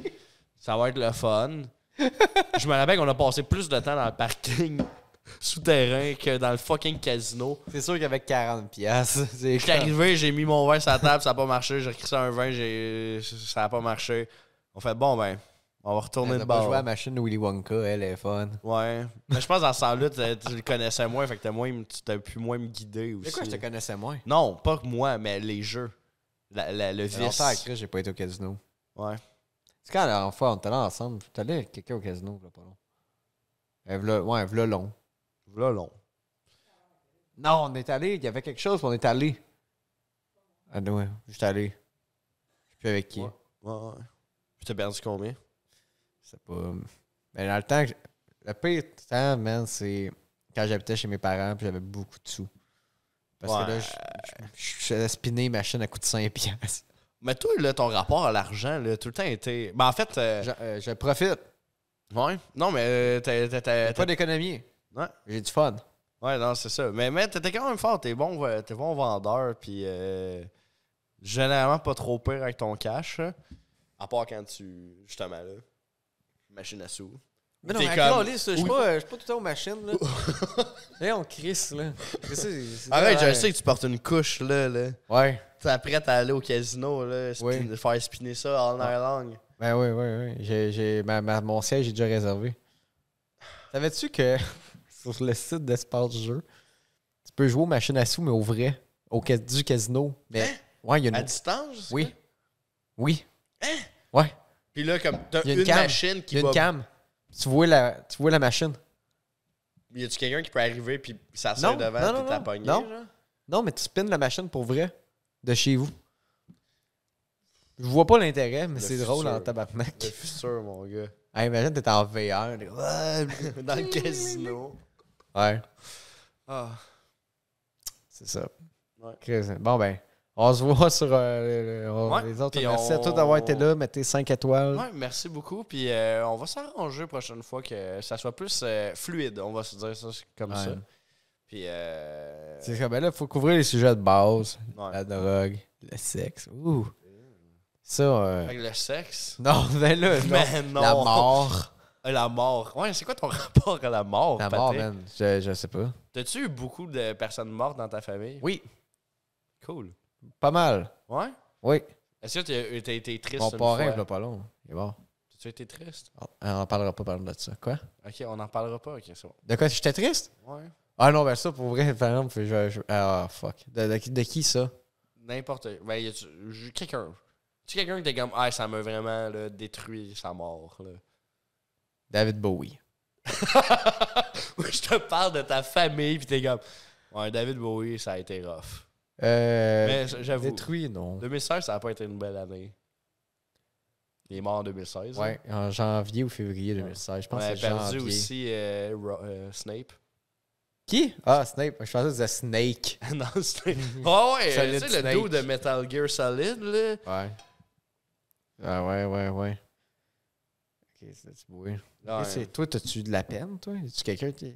B: ça va être le fun. je me rappelle qu'on a passé plus de temps dans le parking souterrain que dans le fucking casino.
A: C'est sûr qu'avec 40 piastres, c'est
B: J'étais arrivé, j'ai mis mon vin sur la table, ça n'a pas marché. J'ai recrissé un vin, j'ai... ça n'a pas marché. On fait bon, ben, on va retourner
A: Elle
B: de
A: a pas
B: bord.
A: joué à la machine de Willy Wonka, elle est fun.
B: Ouais. Mais je pense que dans ce temps-là, t'as- tu le connaissais moins, fait que t'as moins, tu t'as pu moins me guider aussi.
A: C'est quoi, je te connaissais moins?
B: Non, pas que moi, mais les jeux. La- la- le
A: Ça fait longtemps,
B: vice.
A: Chris, j'ai pas été au casino.
B: Ouais.
A: C'est quand la dernière fois, on était là ensemble, t'es allé avec quelqu'un au casino, là, pas long. Elle v'là- ouais, v'là long.
B: Là, long.
A: Non, on est allé, il y avait quelque chose, puis on est allé. Ah non, ouais, j'étais allé. Je sais plus avec qui.
B: Ouais. Ouais, ouais. Puis t'as perdu combien?
A: Je sais pas. Mais dans le temps, que- le pire temps, man, c'est quand j'habitais chez mes parents, puis j'avais beaucoup de sous. Parce que
B: Ouais.
A: là, je- je- je faisais spinner ma chaîne à coût de 5 piastres.
B: Mais toi, là, ton rapport à l'argent, là, tout le temps était. Ben, en fait. euh,
A: Je, euh, je profite.
B: Ouais. Non, mais. euh, t'as- t'as-
A: J'ai
B: t'as-
A: pas d'économie.
B: Ouais.
A: J'ai du fun.
B: Ouais, non, c'est ça. Mais, mais t'étais quand même fort. T'es bon, euh, t'es bon vendeur. Puis euh, généralement, pas trop pire avec ton cash. hein. À part quand tu. Justement, là. Machine à sous.
A: Mais non,
B: T'es
A: mais
B: comme-
A: comme... je suis pas, je suis pas tout le temps aux machines, là. là, on crisse, là. C'est ça, c'est- c'est-
B: Arrête,
A: ouais.
B: je sais que tu portes une couche, là. là.
A: Ouais.
B: T'es prêt à aller au casino, là. spin-
A: Oui.
B: Faire spinner ça all night long.
A: Ben oui, oui, oui. J'ai, j'ai, ma, ma- mon siège est déjà réservé. Savais-tu que sur le site d'Espace Jeu, tu peux jouer aux machines à sous, mais au vrai, au cas- du casino. Mais ouais, il y a
B: À
A: une.
B: distance?
A: Oui. Oui.
B: Hein?
A: Ouais.
B: Puis là, comme t'as
A: Il y a
B: une,
A: une cam.
B: machine
A: Il y
B: qui
A: a
B: va.
A: une cam. Tu vois la, tu vois la machine.
B: Y a-tu quelqu'un qui peut arriver, puis ça
A: Non,
B: sort devant,
A: non, non,
B: puis t'as
A: non.
B: pogné,
A: Non.
B: genre?
A: Non, mais tu spins la machine pour vrai de chez vous. Je vois pas l'intérêt, mais
B: Le
A: c'est drôle
B: futur.
A: en tabarnak.
B: Le futur, mon gars.
A: Hey, imagine, t'es en VR. t'es- Ouais.
B: Dans le casino.
A: Ouais,
B: Ah.
A: c'est ça.
B: Ouais.
A: Chris, Bon, ben, on se voit sur euh, le- on-
B: Ouais,
A: les autres.
B: puis
A: Merci à
B: on-
A: tous d'avoir été là. Mettez 5 étoiles.
B: Ouais, merci beaucoup. Puis euh, on va s'arranger prochaine fois que ça soit plus euh, fluide. On va se dire ça c'est comme
A: Ouais.
B: ça. Puis. euh,
A: C'est ça. Ben là, faut couvrir les sujets de base.
B: ouais.
A: La drogue, le sexe. Ouh. Ça, euh,
B: Avec le sexe.
A: Non, ben là, non.
B: Mais non.
A: La mort.
B: Euh, La mort. Ouais, c'est quoi ton rapport à la mort,
A: La
B: Patrick?
A: mort, man. Je, je sais pas.
B: T'as-tu eu beaucoup de personnes mortes dans ta famille?
A: Oui,
B: Cool.
A: pas mal.
B: Ouais?
A: Oui.
B: Est-ce que t'as- t'as été triste
A: Mon
B: une
A: parrain,
B: fois?
A: il pas long. Il est mort.
B: T'as-tu été triste?
A: Ah, On n'en parlera pas parlant de ça. Quoi?
B: Ok, on n'en parlera pas. Ok, c'est bon.
A: De quoi? J'étais triste?
B: Ouais.
A: Ah non, ben ça, pour vrai, par exemple, je... je- ah, fuck. De, de qui- de qui, ça?
B: N'importe. Ben, y a-tu j'ai- quelqu'un? Tu quelqu'un qui était comme, ah, ça m'a vraiment là, détruit sa mort, là.
A: David Bowie.
B: Oui, je te parle de ta famille, puis t'es comme. Ouais, David Bowie, ça a été rough.
A: Euh,
B: Mais j'avoue,
A: détruit, non.
B: 2016, ça n'a pas été une belle année. Il est mort en 2016. hein.
A: Ouais, en janvier ou février 2016. Je
B: On
A: pense que
B: a
A: c'est
B: perdu
A: janvier.
B: aussi euh, Ro- euh, Snape.
A: Qui? Ah, Snape. Je pensais que c'était Snake.
B: non, Snape. Oh, ouais,
A: Solid
B: tu sais, le
A: Snake.
B: dos de Metal Gear Solid, là.
A: Ouais. Ah ouais, ouais, ouais. Ok, c'est Bowie.
B: Ah, Ouais.
A: Chris, c'est- Toi, t'as-tu de la peine, toi? Es-tu quelqu'un qui.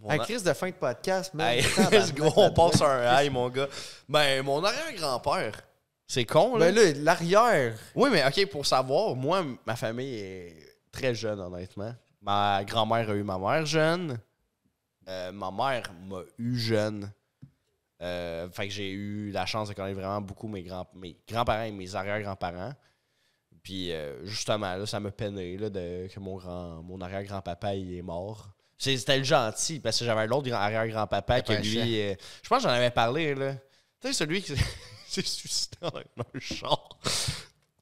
B: Mon
A: Ah,
B: a-
A: crise de fin de podcast, man.
B: Hey,
A: Tabarnak,
B: let's go, on
A: tabarnak.
B: passe un high, mon gars. Ben, mon arrière-grand-père, c'est con, là.
A: Ben là, l'arrière.
B: Oui, mais OK, pour savoir, moi, m- ma famille est très jeune, honnêtement. Ma grand-mère a eu ma mère jeune. Euh, ma mère m'a eu jeune. Euh, fait que j'ai eu la chance de connaître vraiment beaucoup mes, grands, mes grands-parents et mes arrière-grands-parents. Puis, euh, justement, là, ça m'a peiné là, de, que mon, grand, mon arrière-grand-papa il est mort. C'est- C'était le gentil, parce que j'avais l'autre grand- arrière-grand-papa que
A: pas un chien.
B: lui. euh, je pense que j'en avais parlé, là. Tu sais, celui qui s'est suicidé dans un char.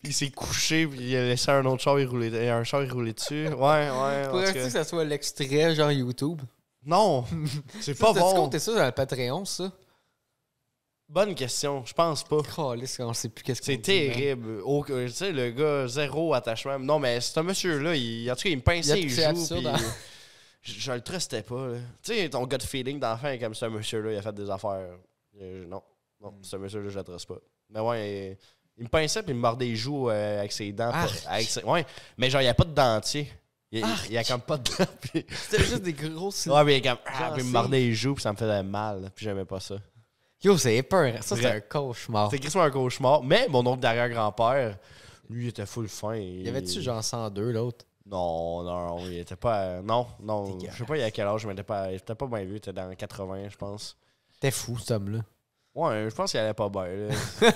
B: Il s'est couché, puis il a laissé un autre char, il roulait, euh, un char, il roulait dessus. Ouais, ouais. en tout
A: Pourrais-tu
B: cas.
A: que ça soit l'extrait, genre YouTube?
B: Non, c'est pas
A: Tu
B: bon.
A: comptes ça dans le Patreon, ça?
B: Bonne question, je pense pas.
A: Calisse, on sait plus qu'est-ce que
B: C'est terrible. Au- euh, tu sais, le gars, zéro attachement. Non, mais c'est un monsieur-là, il- en tout cas, il me
A: Il y a
B: pinçait
A: de
B: les
A: quoi
B: joues,
A: absurde,
B: puis
A: hein?
B: je, je le trustais pas. là. Tu sais, ton gars de feeling d'enfant est comme ce monsieur-là, il a fait des affaires. Euh, non, non,
A: Hmm.
B: ce monsieur-là, je le truste pas. Mais ouais, il, il me pinçait, puis il me mordait les joues euh, avec ses dents.
A: Arc!
B: pour- avec ses- ouais, mais genre, il n'y a pas de dentier. Il n'y a comme pas de dents. Puis,
A: C'était juste des gros signes.
B: ouais, puis il, est comme, ah,
A: Genre,
B: puis il me
A: c'est-
B: mordait les joues, puis ça me faisait mal. Puis j'aimais pas ça.
A: Yo, c'est peur. Ça, c'est
B: Vrai.
A: un cauchemar.
B: C'est quasiment un cauchemar. Mais mon oncle d'arrière-grand-père, lui, il était full fin.
A: Y avait-tu genre 102, l'autre?
B: Non, non, il était pas. Non, non. Je
A: Dégueulasse.
B: sais pas il y a quel âge, mais il était pas, il était pas bien vu. Il était dans 80, je pense.
A: T'es fou, cet homme-là.
B: Ouais, je pense qu'il allait pas bien. là.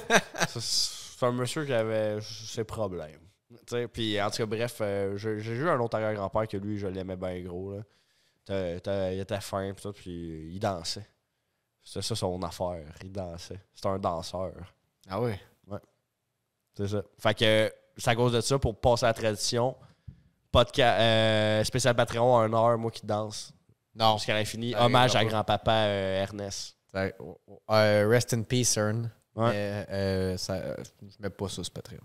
B: C'est- C'est un monsieur qui avait ses problèmes. Tu sais, puis en tout cas, bref, euh, j'ai j'ai eu un autre arrière-grand-père que lui, je l'aimais bien gros. Là. T'as- t'as- il était fin, puis tout, puis il dansait. C'était ça son affaire. Il dansait. C'était un danseur.
A: Ah ouais?
B: C'est ça. Fait que c'est à cause de ça pour passer à la tradition. Podcast, euh, spécial Patreon à 1 heure, moi qui danse.
A: Non.
B: Jusqu'à l'infini.
A: Ah,
B: Hommage à
A: grand-papa.
B: grand-papa euh, Ernest.
A: Ouais, oh, oh, euh, rest in peace, Ern.
B: Ouais.
A: Mais, euh, ça, euh, je mets pas ça sur Patreon.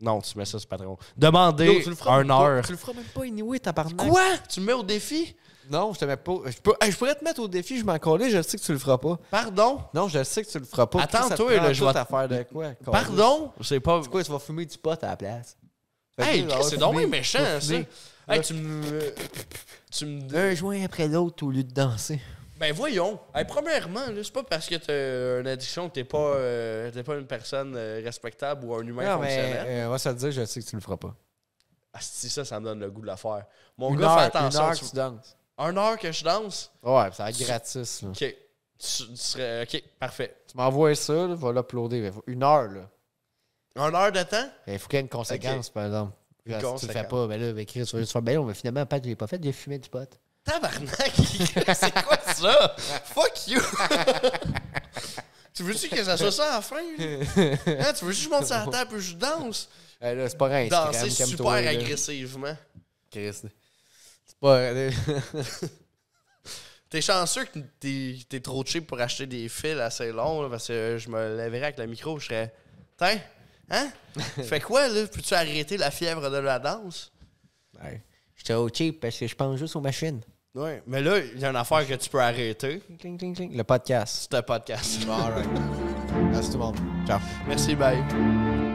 B: Non, tu mets ça sur Patreon. Demandez 1 heure.
A: Tu le feras même pas anyway, tabarnak.
B: Quoi? Tu me mets au défi?
A: Non, je te mets pas. Je, peux- hey, je pourrais te mettre au défi, je m'en collais, je sais que tu le feras pas.
B: Pardon?
A: Non, je sais que tu le feras pas.
B: Attends,
A: Ça te
B: toi,
A: prend
B: là, je
A: tout
B: vais-
A: à faire de quoi? câlisse.
B: Pardon? C'est pas.
A: C'est quoi, tu vas fumer du pot à la place? Fait que
B: Hey,
A: là,
B: Chris,
A: genre,
B: c'est donc
A: fumer,
B: bien méchant,
A: fumer,
B: ça.
A: fumer.
B: Hey, tu me. Tu me.
A: Un joint après l'autre au lieu de danser.
B: Ben voyons. Hey, premièrement, là, c'est pas parce que t'as une addiction que t'es pas, euh, t'es pas une personne euh, respectable ou un humain
A: non,
B: fonctionnel.
A: mais euh, on va se le dire, je sais que tu le feras pas.
B: Asti, ça, ça me donne le goût de la faire. Mon
A: une
B: gars,
A: heure,
B: fais attention.
A: Une heure,
B: tu-
A: que tu danses.
B: Un heure que je danse?
A: Ouais, ça va être gratis. là.
B: OK. Tu, tu serais- OK, parfait.
A: Tu m'envoies ça, là, va l'uploader. Mais faut- Une heure, là.
B: Un heure de temps?
A: Il faut qu'il y ait une conséquence, par exemple.
B: Une
A: Genre, si tu le fais
B: conséquence.
A: pas, ben là, ben Chris, tu vas juste faire, ben là, on va finalement, Pat, je l'ai pas fait, j'ai fumé du pot.
B: Tabarnak! C'est quoi ça? Fuck you! tu veux-tu que ça soit ça à la fin? là? Hein, tu veux-tu que je monte sur la table et je danse?
A: Eh, là, c'est pas rien,
B: Euh, Danser super agressivement.
A: Chris. C'est pas. euh,
B: T'es chanceux que t'es, t'es trop cheap pour acheter des fils assez longs, là, parce que euh, je me lèverais avec le micro, je serais. Tiens, hein? Fais quoi, là? Peux-tu arrêter la fièvre de la danse?
A: Ouais. J'étais au cheap parce que je pense juste aux machines.
B: Ouais, mais là, il y a une affaire que tu peux arrêter.
A: Cling, cling, cling. Le podcast.
B: C'est un podcast.
A: All right. Merci tout le monde. Ciao.
B: Merci, bye.